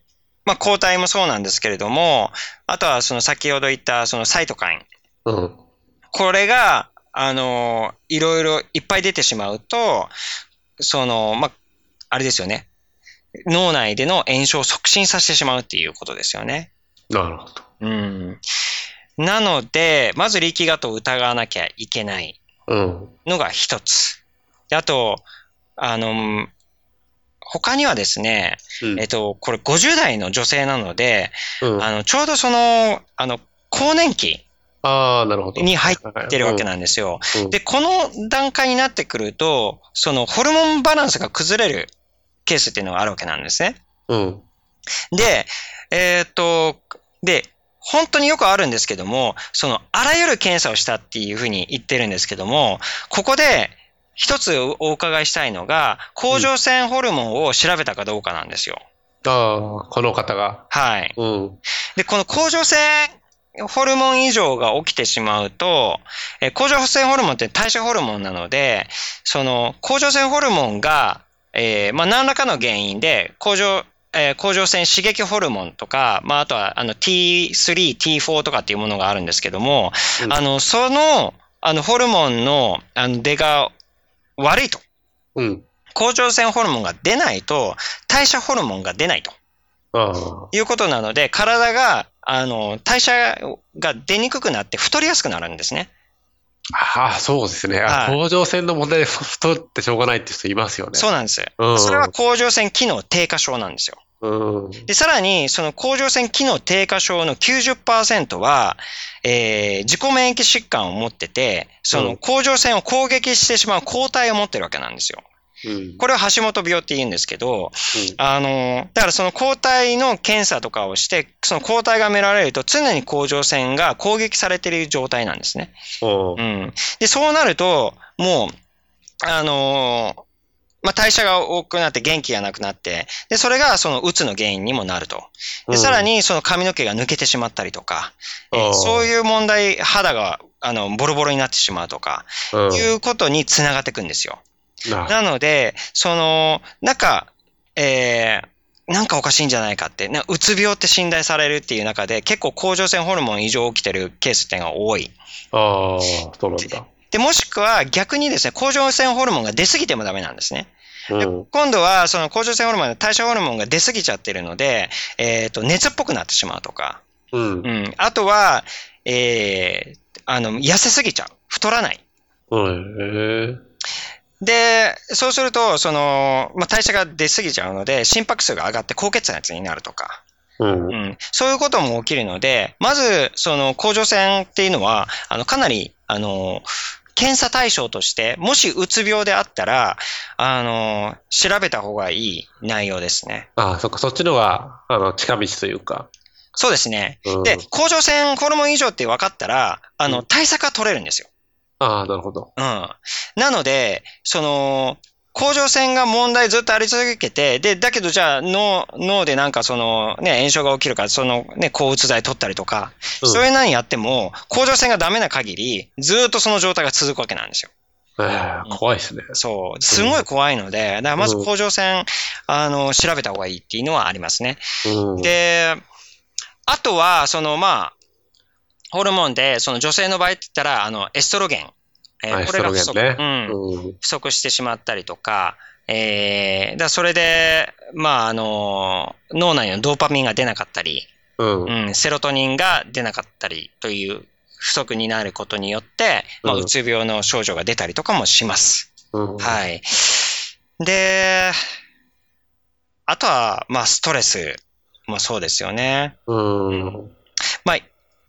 まあ、抗体もそうなんですけれども、あとはその先ほど言ったそのサイトカイン。うん。これが、あの、いろいろいっぱい出てしまうと、その、まあ、あれですよね。脳内での炎症を促進させてしまうっていうことですよね。なるほど。うん。なので、まず力学を疑わなきゃいけないうん。のが一つ。であと、あの、他にはですね、うんえっと、これ50代の女性なので、うん。あの、ちょうどその、あの、更年期ああ、なるほど。に入ってるわけななんですよ。い。で、この段階になってくると、そのホルモンバランスが崩れるケースっていうのがあるわけなんですね。うん。で、えーっと、で、本当によくあるんですけども、そのあらゆる検査をしたっていうふうに言ってるんですけども、ここで一つお伺いしたいのが、甲状腺ホルモンを調べたかどうかなんですよ。ああ、この方が。はい。うん。で、この甲状腺ホルモン異常が起きてしまうと、えー甲状腺ホルモンって代謝ホルモンなので、その甲状腺ホルモンが、えーまあ、何らかの原因で甲状、えー甲状腺刺激ホルモンとか、まあ、あとはあの T3、T4 とかっていうものがあるんですけども、うんあのそのあのホルモンのあの出が悪いと。うん。甲状腺ホルモンが出ないと、代謝ホルモンが出ないと。ああ。いうことなので、体が、あの、代謝が出にくくなって太りやすくなるんですね。ああ、そうですね。あはい甲状腺の問題で太ってしょうがないって人いますよね。そうなんです。うんそれは甲状腺機能低下症なんですよ。うん。で、さらに、その甲状腺機能低下症の90%は、えー自己免疫疾患を持ってて、そうのん甲状腺を攻撃してしまう抗体を持ってるわけなんですよ。うん。これを橋本病って言うんですけど、あの、だからその抗体の検査とかをして、その抗体が見られると常に甲状腺が攻撃されている状態なんですね。うん。うんうん。で、そうなると、もう、あのーまあ、代謝が多くなって元気がなくなって、で、それがそのうつの原因にもなると。うんで、さらにその髪の毛が抜けてしまったりとか、えあーーそういう問題、肌が、あの、ボロボロになってしまうとか、うんいうことにつながっていくんですよ。ななので、その、なんか、えーなんかおかしいんじゃないかって、なうつ病って診断されるっていう中で、結構甲状腺ホルモン異常起きてるケースっていうのが多い。ああ、そうなんだ。で、もしくは逆にですね、甲状腺ホルモンが出過ぎてもダメなんですね。でうん。今度は、その甲状腺ホルモンの代謝ホルモンが出過ぎちゃってるので、えっ、と、熱っぽくなってしまうとか、うんう。ん。あとは、えーあの、痩せすぎちゃう。太らない。うん。へえで、そうすると、その、まあ、代謝が出過ぎちゃうので、心拍数が上がって高血圧になるとか、うんう。ん、そういうことも起きるので、まず、その甲状腺っていうのは、あの、かなり、あの、検査対象として、もしうつ病であったら、あの、調べた方がいい内容ですね。ああ、そっか、そっちのが、あの、近道というか。そうですね。うんで、甲状腺ホルモン異常って分かったら、あうの、ん対策は取れるんですよ。ああ、なるほど。うん。なので、その、甲状腺が問題ずっとあり続けて、で、だけどじゃあ脳、脳でなんかその、ね、炎症が起きるから、そのね、抗うつ剤取ったりとか、うんそういうのにやっても、甲状腺がダメな限り、ずーっとその状態が続くわけなんですよ。ええ怖いですね。そう。すごい怖いので、だからまずうん甲状腺、あの、調べた方がいいっていうのはありますね。うん。で、あとは、その、まあ、ホルモンで、その女性の場合って言ったら、あの、エストロゲン。えーはいこれが不ス足,、トロゲンねうん、うん不足してしまったりとか、えーだからそれで、まあ、あの、脳内のドーパミンが出なかったり、うんうん、セロトニンが出なかったりという不足になることによって、まあ、うんうつ病の症状が出たりとかもします。うんはい。で、あとは、まあ、ストレスもそうですよね。うんまあ、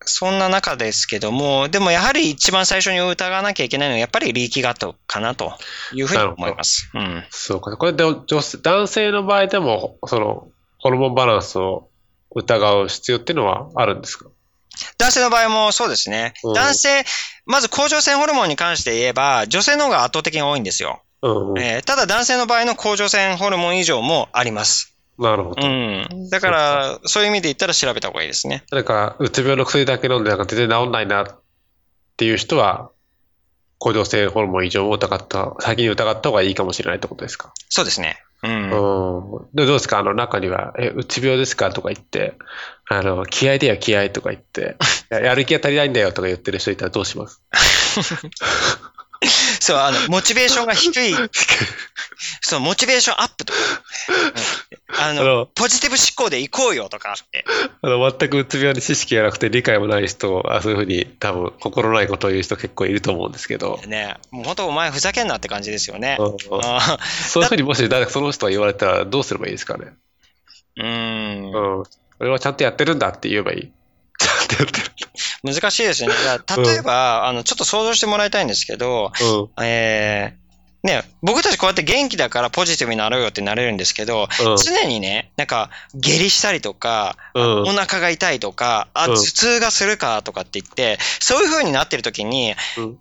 そんな中ですけども、でもやはり一番最初に疑わなきゃいけないのは、やっぱりリーキガットかなというふうに思います。うん。そうか。これで女性男性の場合でも、その、ホルモンバランスを疑う必要っていうのはあるんですか男性の場合もそうですね。うん男性、まず甲状腺ホルモンに関して言えば、女性の方が圧倒的に多いんですよ。うん。えーただ男性の場合の甲状腺ホルモン異常もあります。なるほうど。ん。だから、そういう意味で言ったら調べた方がいいですね。なんか、うつ病の薬だけ飲んで、なんか全然治んないなっていう人は、甲状腺ホルモン異常を疑った、先に疑った方がいいかもしれないってことですか。そうですね。うん。うん。で、どうですかあの、中には、え、うつ病ですかとか言って、あの、気合だよ、気合とか言 って、いややる気が足りないんだよとか言ってる人いたらどうしますそう、あの、モチベーションが低い、そう、モチベーションアップとか、うんああの、のポジティブ思考で行こうよとかって。あの全くうつ病に知識がなくて理解もない人はそういうふうに多分心ないことを言う人結構いると思うんですけど、ね、もう本当お前ふざけんなって感じですよね。うん あそういうふうにもし誰かその人が言われたらどうすればいいですかね、ーうん。うん、俺はちゃんとやってるんだって言えばい いちゃんとやって難しいですよね。だから例えば、あの、ちょっと想像してもらいたいんですけど、る、うんえー、ね、僕たちこうやって元気だからポジティブになろうよってなれるんですけど、うん常にね、なんか、下痢したりとか、うんお腹が痛いとか、あ、うん頭痛がするかとかって言って、そういう風になってる時に、うん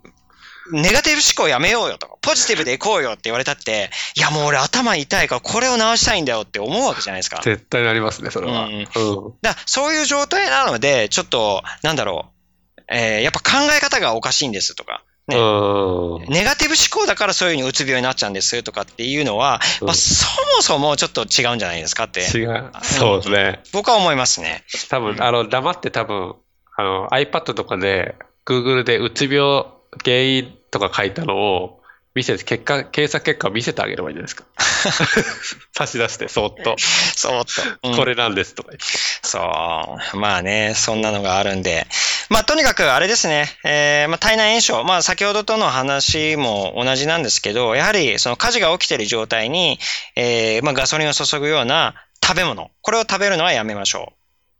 ネガティブ思考やめようよとか、ポジティブでいこうよって言われたって、いやもう俺頭痛いからこれを治したいんだよって思うわけじゃないですか。だか絶対なりますねそれは、ううんんらそういう状態なので、ちょっと、なんだろう、えーやっぱ考え方がおかしいんですとか、ねうんネガティブ思考だからそういうふうにうつ病になっちゃうんですとかっていうのは、うんまあ、そもそもちょっと違うんじゃないですかって、違うそうですね僕は思いますね。多分あの黙って多分あの iPad とかで Google でうつ病原因とか書いたのを見せて結果検索結果を見せてあげればいいんじゃないですか 差し出してそっと、そうっと。うんこれなんですとか言ってそう。まあね、そんなのがあるんで。まあとにかくあれですね、えーまあ体内炎症、まあ先ほどとの話も同じなんですけど、やはりその火事が起きている状態に、えーまあガソリンを注ぐような食べ物、これを食べるのはやめましょ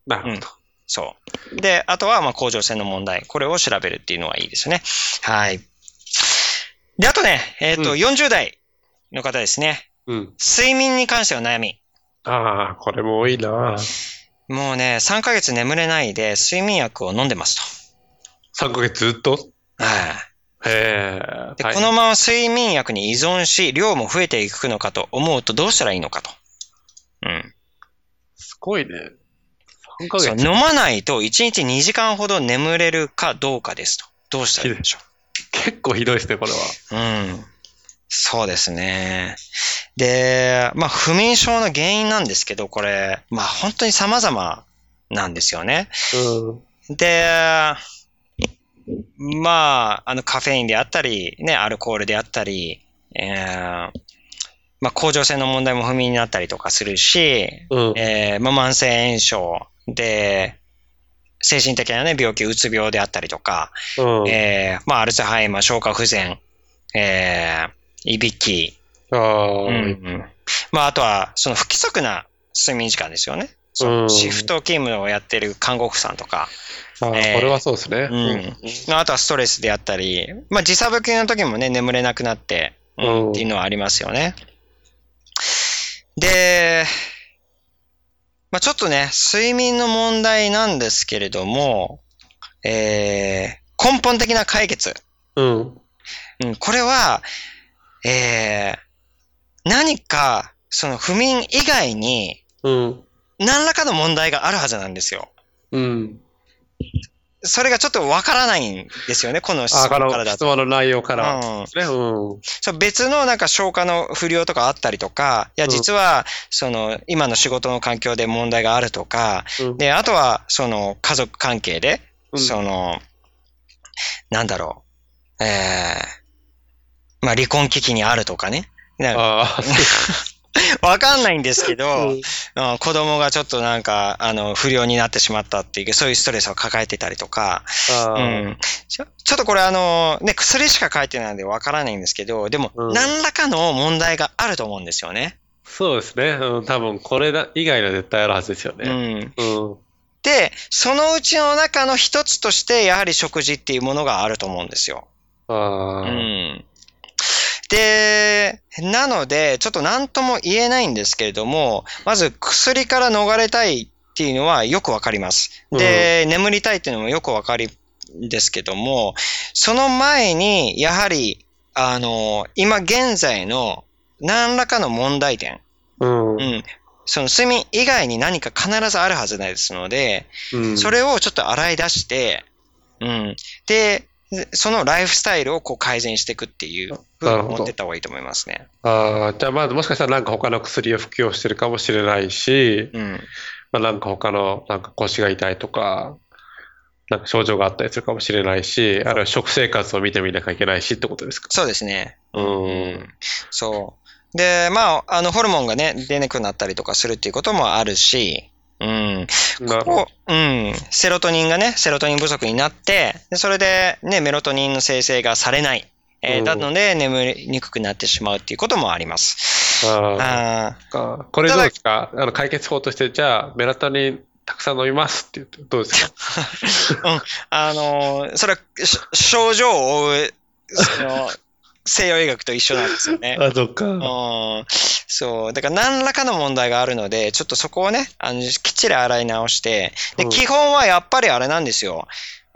う。なるほど、そう。で、あとは、まあ、甲状腺の問題。これを調べるっていうのはいいですね。はい。で、あとね、えっ、と、うん40代の方ですね。うん、睡眠に関しての悩み。ああこれも多いなもうね、3ヶ月眠れないで睡眠薬を飲んでます3ヶ月ずっとと。はい。へえで、このまま睡眠薬に依存し、量も増えていくのかと思うとどうしたらいいのかと。うん。すごいね3ヶそう月飲まないと1日2時間ほど眠れるかどうかですと。どうしたらいいでしょう結構ひどいですねこれはうん。そうですね。で、まあ、不眠症の原因なんですけど、これ、まあ、本当に様々なんですよね。うんで、まあ、あの、カフェインであったり、ね、アルコールであったり、えーまあ、甲状腺の問題も不眠になったりとかするし、うんえーまあ、慢性炎症で、精神的なね、病気、うつ病であったりとか、うんえーまあ、アルツハイマー、消化不全、えー、いびき、ああ、うんうんまあ、あとは、その不規則な睡眠時間ですよね。そのうんシフト勤務をやってる看護婦さんとか、あーえーこれはそうですね、うんまああとはストレスであったり、まあ、時差ボケの時もね、眠れなくなって、うんうんっていうのはありますよね。で、まあ、ちょっとね、睡眠の問題なんですけれども、えー根本的な解決。うんうん、これは、えー、何か、その不眠以外に、うん何らかの問題があるはずなんですよ。うんそれがちょっとわからないんですよね、この質あ、問こからのだ質と。問の内容から。うん、ね、うん。そう別のなんか消化の不良とかあったりとか、いや、うん実は、その、今の仕事の環境で問題があるとか、うんで、あとは、その、家族関係で、うんその、なんだろう、えーまあ離婚危機にあるとかね。なんかああ、わかんないんですけど、そう。うん子供がちょっとなんか、あの、不良になってしまったっていう、そういうストレスを抱えてたりとか、あうあ、ん。ちょちょっとこれあの、ね、それしか書いてないんでわからないんですけど、でも、うん何らかの問題があると思うんですよね。そうですね。うん、多分これだ以外の絶対あるはずですようね。ん。うん。で、そのうちの中の一つとして、やはり食事っていうものがあると思うんですよ。あうあ、ん。で、なので、ちょっと何とも言えないんですけれども、まず薬から逃れたいっていうのはよくわかります。で、眠りたいっていうのもよくわかるんですけども、その前に、やはり、あの、今現在の何らかの問題点、ううん。うん。ん。その睡眠以外に何か必ずあるはずですので、それをちょっと洗い出して、うん。で、そのライフスタイルをこう改善していくっていうふうになるほど思ってった方がいいと思いますね。ああ、じゃあまずもしかしたらなんか他の薬を服用してるかもしれないし、うん。まあ、なんか他のなんか腰が痛いとか、なんか症状があったりするかもしれないし、あるいは食生活を見てみなきゃいけないしってことですか。そうですね。う。。うんそう。で、まあ、あの、ホルモンがね、出なくなったりとかするっていうこともあるし、うん。なるほどこう、うん。セロトニンがね、セロトニン不足になって、でそれで、ね、メロトニンの生成がされない。えーうんなので、眠りにくくなってしまうっていうこともあります。あああかこれどうですかあの解決法として、じゃあ、メラトニンたくさん飲みますって言って、どうですかーあのーそれは、し症状を追う、その、西洋医学と一緒なんですよ ね。あ、そっうか。んそう。だから何らかの問題があるので、ちょっとそこをね、あのきっちり洗い直して、でうん基本はやっぱりあれなんですよ。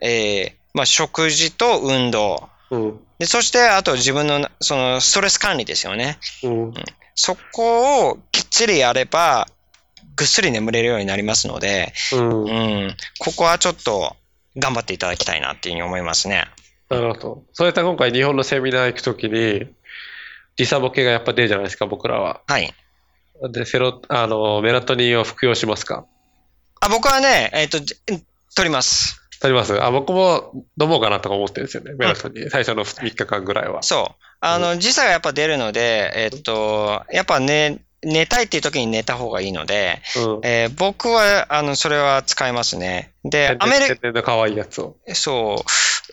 えーまあ、食事と運動。うん。でそして、あと自分の、その、ストレス管理ですよね。うん。そこをきっちりやれば、ぐっすり眠れるようになりますので、うんう。ん、ここはちょっと頑張っていただきたいなっていうふうに思いますね。なるほど。それと今回日本のセミナー行くときに、時差ボケがやっぱ出るじゃないですか、僕らは。はい。で、セロ、あの、メラトニンを服用しますかあ、僕はね、えっ、と、じ取ります。足りますあ、僕も飲もうかなとか思ってるんですよね、メラトニン。最初の3日間ぐらいは。そう。あの、時差がやっぱ出るので、えっと、やっぱね、寝たいっていう時に寝た方がいいので、うん。えー僕は、あの、それは使いますね。で、アメリカ。の可愛いやつを。カ、そ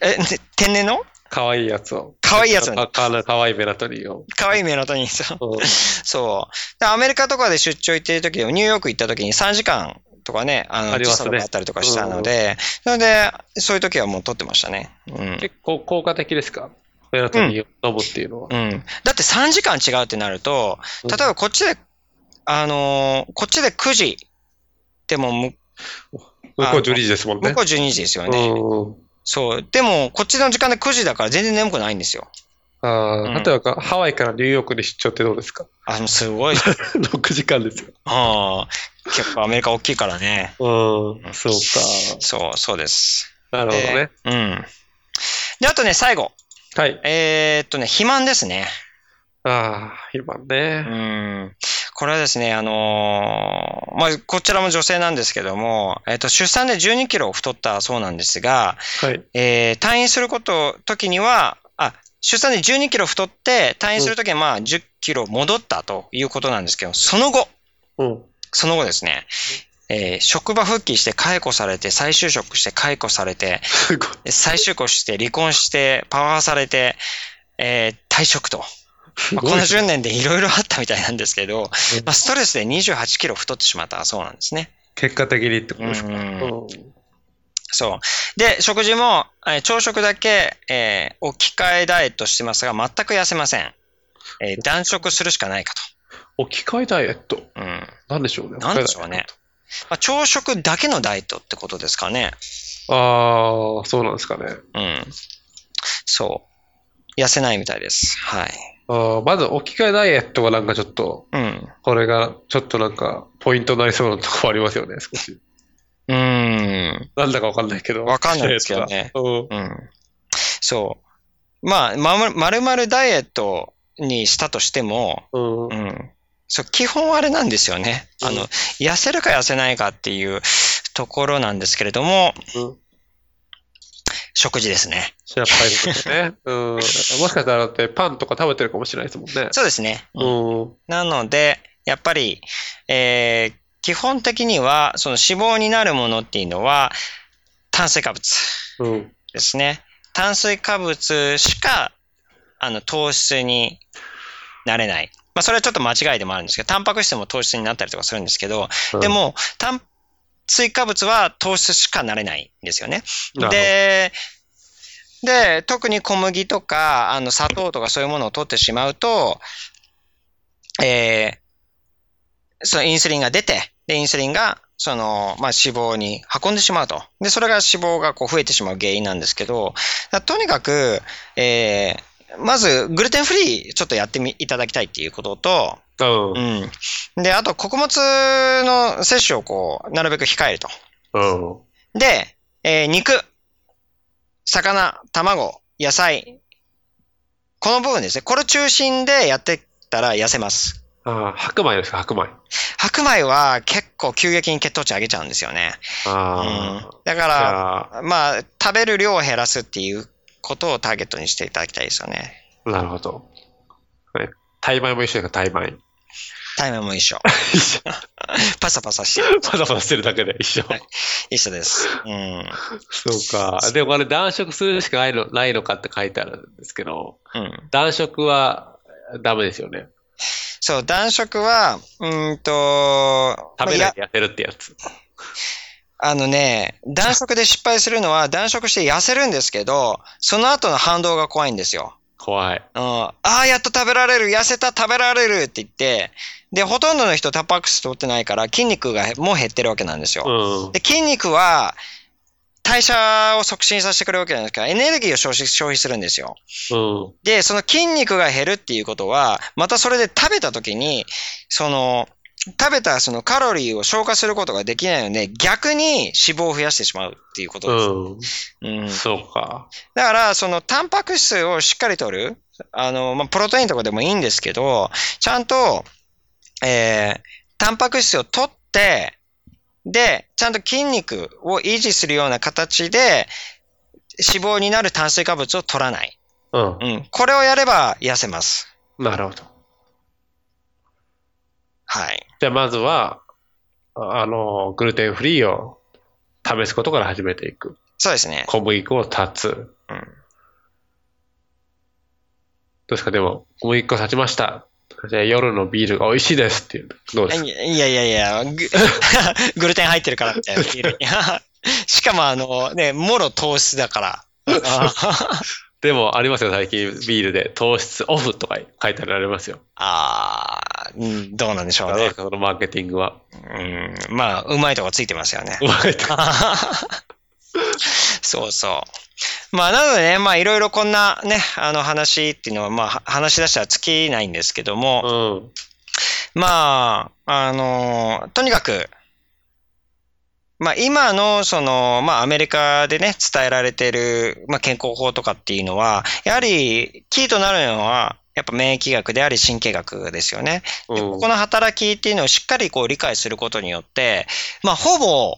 う。え、ね天然の可愛いやつを。可愛いやつをねあかわ可愛いメラトニンを。可愛いメラトニンさん。うんそう。でアメリカとかで出張行ってる時でも、ニューヨーク行った時に3時間とかね、ああの、り時ますね差とかあったりとかしたので、なので、そういう時はもう撮ってましたね。うん。結構効果的ですかメラトニンを飲むっていうのは。うん。だって3時間違うってなると、うん例えばこっちで、あのーこっちで9時でもむ向こう12時ですもん向ねこ。う12時ですよね。うんそう。でも、こっちの時間で9時だから全然眠くないんですよ。あうんー例えばハワイからニューヨークに出張ってどうで すかあの、す ごい。 ?6 時間ですよ。あー結構アメリカ大きいからね。うん、そうか。そう、そうです。なるほどね。うん。で、あとね、最後。はい。えーっとね、肥満ですね。ああ、今うね。ん。これはですね、あのーまあ、こちらも女性なんですけども、えっ、と、出産で12キロ太ったそうなんですが、はい。えー退院すること、時には、あ、出産で12キロ太って、退院するときはまあ10キロ戻ったということなんですけど、その後、うん。その後ですね、えー職場復帰して解雇されて、再就職して解雇されて、すごい。再就職して離婚して、パワハラされて、えー退職と。すまあごこいの。10年でいろいろあったみたいなんですけど、まあ、ストレスで28キロ太ってしまったそうなんですね。結果的にってことですか。うんうんそう。で、食事も、えー朝食だけ、えー置き換えダイエットしてますが、全く痩せません。えー断食するしかないか置き換えダイエット。と。うん。なんでしょうね。なんでしょうね。まあ、朝食だけのダイエットってことですかね。ああ、そうなんですかね。うん。そう。痩せないみたいです。はい。あーまず置き換えダイエットがなんかちょっと、うん。これがちょっとなんかポイントになりそうなとこありますよね、少し。うーん。なんだかわかんないけど。わかんないですけどね。うん。うん。そう。まあ、ままるまるダイエットにしたとしても、うんう。ん。そう、基本あれなんですよね。あの、うん痩せるか痩せないかっていうところなんですけれども、うん食事ですね。それはやっぱりですね。うん。もしかしたらだってパンとか食べてるかもしれないですもんね。そうですね。うん。なので、やっぱり、えー基本的には、その脂肪になるものっていうのは、炭水化物うん。ですね。炭水化物しか、あの、糖質になれない。まあ、それはちょっと間違いでもあるんですけど、タンパク質も糖質になったりとかするんですけど、でも、炭水化物は糖質しかなれないんですよね。なるほど、で、で、特に小麦とか、あの、砂糖とかそういうものを取ってしまうと、えーそのインスリンが出て、で、インスリンが、その、まあ、脂肪に運んでしまうと。で、それが脂肪がこう増えてしまう原因なんですけど、だとにかく、えーまず、グルテンフリーちょっとやってみいただきたいっていうことと、うん。うん。で、あと、穀物の摂取をこう、なるべく控えると。うん。で、えー肉、魚、卵、野菜。この部分ですね。これ中心でやってったら痩せます。ああ、白米ですか、白米。白米は結構急激に血糖値上げちゃうんですよね。うんああ。だじかゃら、あ、まあ、食べる量を減らすっていうことをターゲットにしていただきたいですよね。なるほど。ねタイ米も一緒ですか、タイ米。タイムも一 緒。パサパサしてパサパサしてるだけで一緒。一緒です。うん。そうか。でもあれ、断食するしかないのないのかって書いてあるんですけど、うん。断食はダメですよね。そう、断食は、うーんと、食べまあないやで痩せるってやつ。あのね、断食で失敗するのは、断食して痩せるんですけど、その後の反動が怖いんですよ。怖い。うん、ああ、やっと食べられる、痩せた、食べられるって言って、で、ほとんどの人タンパク質取ってないから、筋肉がもう減ってるわけなんですうよ。ん。で、筋肉は、代謝を促進させてくれるわけなんですから、エネルギーを消費消費するんですよ。うん。で、その筋肉が減るっていうことは、またそれで食べた時に、その、食べたそのカロリーを消化することができないので、逆に脂肪を増やしてしまうっていうことです。うん。うんそうか。だから、その、タンパク質をしっかり取る、あの、まあ、プロテインとかでもいいんですけど、ちゃんと、えー、タンパク質を取って、で、ちゃんと筋肉を維持するような形で、脂肪になる炭水化物を取らない。うん。うん。これをやれば痩せます。なるほど。はい。じゃあ、まずは、ああの、グルテンフリーを試すことから始めていく。そうですね。小麦粉を断つ。どうんうですか、でも、小麦粉を断ちました。じゃあ、夜のビールが美味しいですっていう。どうですかいやいやいや、グ グルテン入ってるからみたいな。 ビールにしかもあの、ね、もろ糖質だから。 あでも、ありますよ、最近、ビールで。糖質オフとか書いてあられますよ。あー、うんどうなんでしょどううでねす。か、そのマーケティングは。うん、まあ、うまいとこついてますよね。 うまいとそうそう。まあ、なのでね、まあ、いろいろこんなね、あの話っていうのは、まあ、は話し出したら尽きないんですけども、うん。まあ、あの、とにかく、まあ今の、その、まあアメリカでね、伝えられてる、まあ健康法とかっていうのは、やはり、キーとなるのは、やっぱ免疫学であり神経学ですよね。うでんここの働きっていうのをしっかりこう理解することによって、まあほぼ、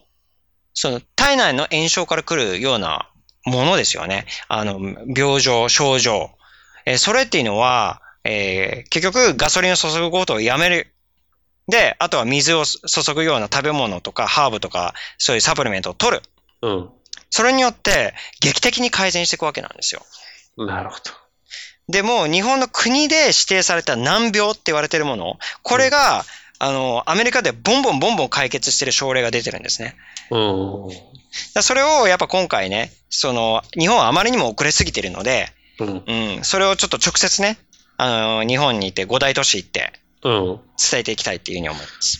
その体内の炎症から来るようなものですよね。あの、病状、症状。えーそれっていうのは、えー結局ガソリンを注ぐことをやめる。で、あとは水を注ぐような食べ物とかハーブとか、そういうサプリメントを取る。それによって劇的に改善していくわけなんですよ。うん。なるほど。でもう日本の国で指定された難病って言われてるもの、これが、あの、アメリカでボンボンボンボン解決してる症例が出てるんですね。うん。だからそれをやっぱ今回ね、その、日本はあまりにも遅れすぎてるので、うん。うん、それをちょっと直接ね、あの、日本に行って5大都市行ってうん。伝えていきたいっていうふうに思います。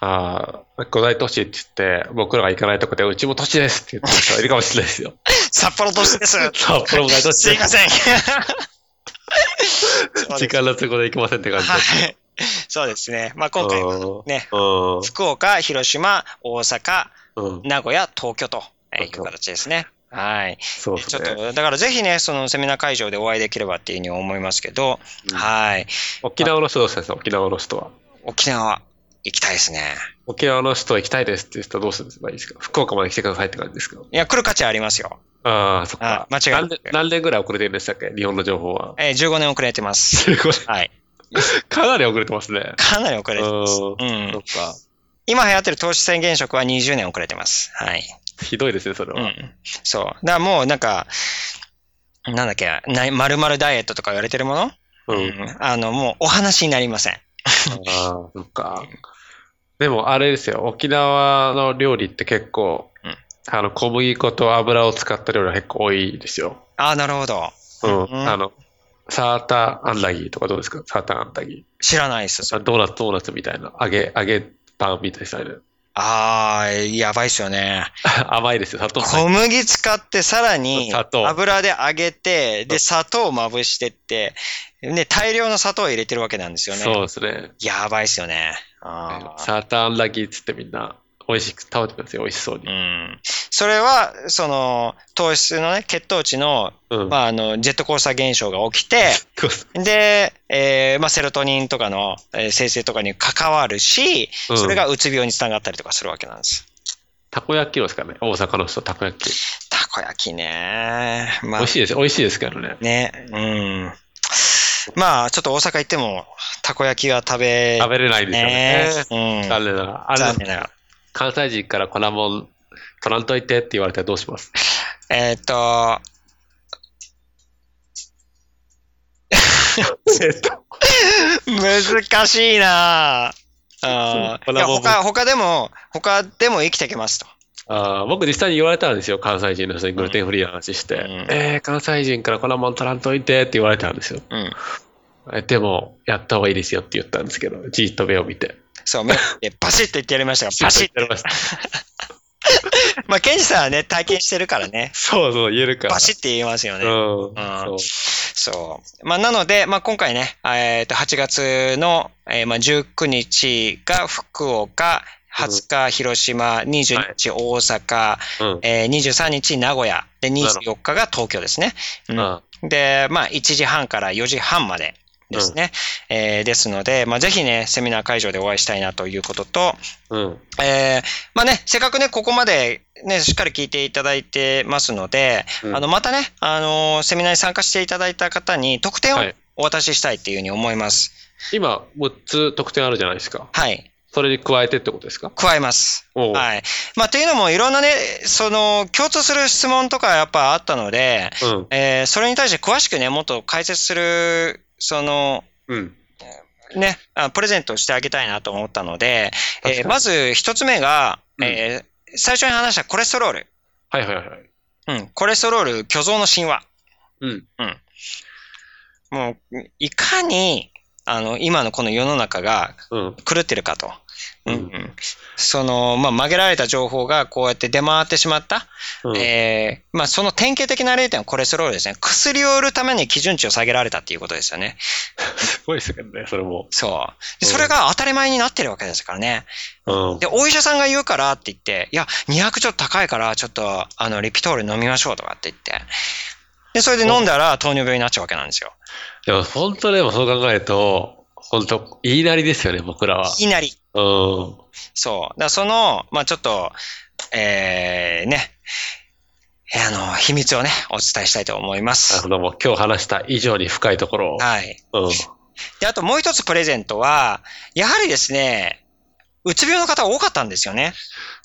ああ、五大都市って言って、僕らが行かないとこで、うちも都市ですって言ってる人いるかもしれないですよ。札幌都市 です。札幌も大都市すでいません。そうです時間の都合で行きませんって感じで。はい。そうですね。まあ今回はね、うん。福岡、広島、大阪、うん。うん。名古屋、東京とえーい東京う形ですね。はい。そうでちすょっね。と、だからぜひね、そのセミナー会場でお会いできればっていうふうに思いますけど、うんはい。沖縄の人どうしたんですか沖縄の人は。沖縄。行きたいですね。沖縄の人行きたいですっていう人はどうすればいいですか福岡まで来てくださいって感じですかいや、来る価値ありますよ。ああ、そっあか。間違い何な年く。何年ぐらい遅れてるんでしたっけ日本の情報は。 えー15年遅れてます。はい。かなり遅れてますね。かなり遅れてます。うんうんそっか。今流行ってる投資宣言職は20年遅れてます。はい。ひどいですね、それうは。ん。そう。だからもうなんか、なんだっけ、な〇〇ダイエットとか言われてるもの、うん。あの、もうお話になりません。ああ、そっか。でも、あれですよ。沖縄の料理って結構、うんあの、小麦粉と油を使った料理が結構多いですよ。ああ、なるほど。うん。うんあの、サーターアンダギーとかどうですかサーターアンダギ知らないっす。ー。あドーナツ、ドーナツみたいな。揚げ、揚げパンみたいな。 ああ、やばいっすよね。甘いですよ。砂糖入っ小麦使ってさらに砂糖油で揚げて、うで、ん砂糖をまぶしてって、ね、大量の砂糖を入れてるわけなんですよてね。そうですね。やばいっすよね。ああ。サーターアンダギーっつってみんな、美味しく食べてますよ。美味しそううに。ん。それは、その、糖質のね、血糖値の、うん。まあ、あの、ジェットコースター現象が起きて、そうそうで、えーまあ、セロトニンとかのえー生成とかに関わるし、うんそれがうつ病につながったりとかするわけなんです。たこ焼きですかね。大阪の人、たこ焼き。たこ焼きね。美まあ味、しいです。美味しいですけどね。ね、うん。まあ、ちょっと大阪行っても、たこ焼きは食べ、食べれないですよね。ね。うん。残念ながら。あれ残念ながら。関西人から粉もん取らんといてって言われたらどうし ますえーっと、難しいなぁ。あーそういやコラボ他他でも、他でも生きていけますと。あー僕実際に言われたんですよ。関西人の人にグルテンフリーの話して。うんえー、関西人から粉もん取らんといてって言われたんですよ。うん。えでも、やった方がいいですよって言ったんですけど、じーっと目を見て。そう、 目を見てバシッと言ってやりましたが、バシッ言ってました。まあ、ケンジさんはね、体験してるからね、そうそう、言えるから。バシッて言いますようね。んん。そうそう。まあ、なので、まあ、今回ね、えっと、8月の、えーまあ、19日が福岡、20日広島、22日大阪、うん。えー23日名古屋、で、24日が東京ですね。うんうんで、まあ、1時半から4時半までですね。えーですので、まあ、ぜひね、セミナー会場でお会いしたいなということと、うん。えーまあね、せっかくね、ここまで、ね、しっかり聞いていただいてますので、うんあのまたね、あのーセミナーに参加していただいた方に特典をはいお渡ししたいっていうふうに思います。今、6つ得点あるじゃないですか。はい。それに加えてってことですか加えます。おうはい。まあ、というのも、いろんなね、その、共通する質問とかやっぱあったので、うん。えーそれに対して詳しくね、もっと解説する、その、うん。ね、あプレゼントをしてあげたいなと思ったので、確かえーにまず一つ目が、うんえー最初に話したコレステロール。はいはいはい。うん、コレステロール虚像の神話。うん。もう、いかに、あの、今のこの世の中がうん。狂ってるかと。うん、う。うんその、まあ、曲げられた情報がこうやって出回ってしまった。うん。えーまあ、その典型的な例点はコレステロールですね。薬を売るために基準値を下げられたっていうことですよね。すごいですけどね、それも。そう。でうんそれが当たり前になってるわけですからね。うん。で、お医者さんが言うからって言って、いや、200ちょっと高いから、ちょっと、あの、リピトール飲みましょうとかって言って。で、それで飲んだら糖尿病になっちゃうわけなんですよ。でも本当でもそう考えると、本当言いなりですよね、僕らは。いきなり。うん。そう。だからその、まあちょっと、えー、ね、えーあの、秘密をね、お伝えしたいと思いまなるすほ。ど、もう今日話した以上に深いところはい。を。うん。で、あともう一つプレゼントは、やはりですね、うつ病の方が多かったんですよね。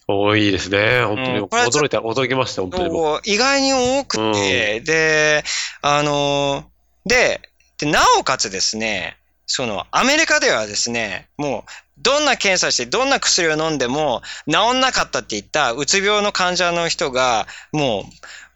多いですね、本当に。うんこれはちょ驚いた、驚きました、本当に僕。そう意外に多くて、で、あの、で、で、なおかつですね、その、アメリカではですね、もう、どんな検査して、どんな薬を飲んでも、治んなかったって言った、うつ病の患者の人が、もう、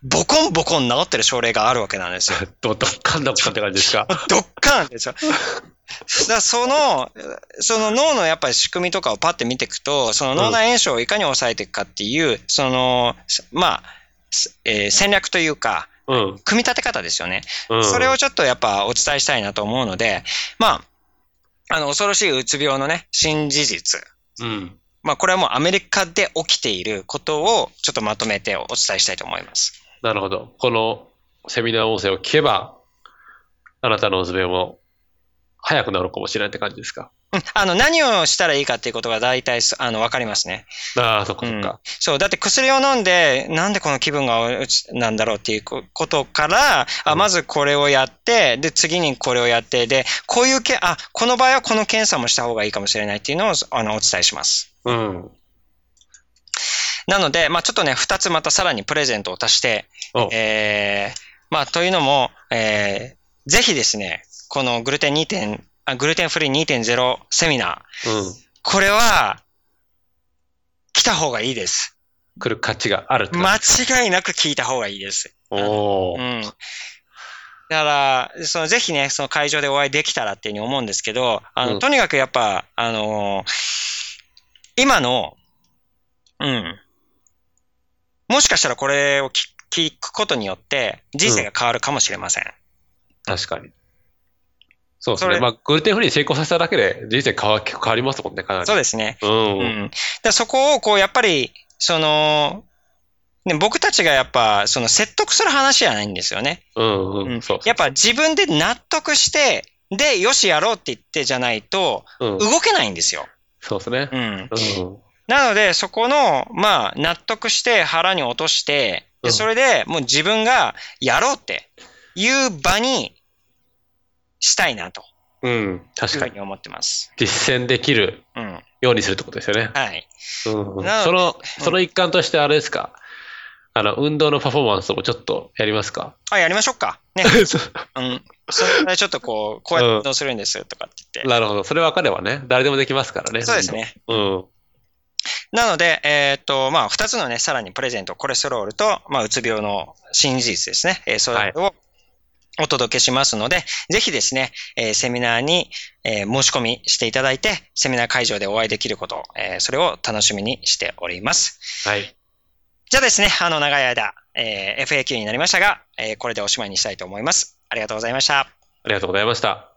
ボコンボコン治ってる症例があるわけなんですよ。どどっかんどっかんって感じですか。 ドッカーンですよ。だからその、その脳のやっぱり仕組みとかをパッて見ていくと、その脳内炎症をいかに抑えていくかっていう、その、まあ、すえー戦略というか、うん。組み立て方ですよね。うん、それをちょっとやっぱお伝えしたいなと思うので、まあ、あの、恐ろしいうつ病のね、新事実。うん。まあ、これはもうアメリカで起きていることをちょっとまとめてお伝えしたいと思います。なるほど。このセミナー音声を聞けば、あなたのおすすめも早くなるかもしれないって感じですか。うんあの、何をしたらいいかっていうことが大体す、あの、わかりますね。ああ、そっかうそっんか。そう、だって薬を飲んで、なんでこの気分がうちなんだろうっていうこことから、うあ、んまずこれをやって、で、次にこれをやって、で、こういうけ、あ、この場合はこの検査もした方がいいかもしれないっていうのを、あの、お伝えします。うん。なので、まあちょっとね、二つまたさらにプレゼントを足して、おえー、まあというのも、えー、ぜひですね、このグルテン2点、あグルテンフリー2.0セミナー、うん。これは、来た方がいいです。来る価値があるって感間違いなく聞いた方がいいです。じ。おおう。ん。だから、そのぜひね、その会場でお会いできたらっていうふうに思うんですけど、あの、うんとにかくやっぱ、あのー今の、うん。もしかしたらこれを聞聞くことによって、人生が変わるかもしれません。確かに。そうですそれね。まあ、グルテンフリーに成功させただけで人生変わ変わりますもんね、かなり。そうですね。う。うんん。でそこを、こう、やっぱり、その、ね、僕たちがやっぱ、その説得する話じゃないんですよね。うん。う。うんんそう。やっぱ自分で納得して、で、よし、やろうって言ってじゃないと、うん。動けないんですよ。そうですねう。ん。うん。なので、そこの、まあ、納得して腹に落として、うで、んそれでもう自分がやろうっていう場にしたいなとうん。い確うかふうに。に思ってます。実践できるうん。ようにするってことですよね。はい。うんうんなのでその、その一環としてあれですか、あの、運動のパフォーマンスもちょっとやりますかあ、やりましょうか。 ね。そううん。それからちょっとこう、こうやって運動するんですとかって言 って。なるほど。それ分かればね、誰でもできますからね。そうですね。運動。なので、えーっと、まあ、二つのね、さらにプレゼント、コレステロールと、まあ、うつ病の新事実ですね。えーそれをお届けしますので、ぜひですね、えーセミナーに、えー申し込みしていただいて、セミナー会場でお会いできること、えーそれを楽しみにしております。うん。はい。じゃあですね、あの、長い間、えー FAQ になりましたが、えーこれでおしまいにしたいと思います。ありがとうございました。ありがとうございました。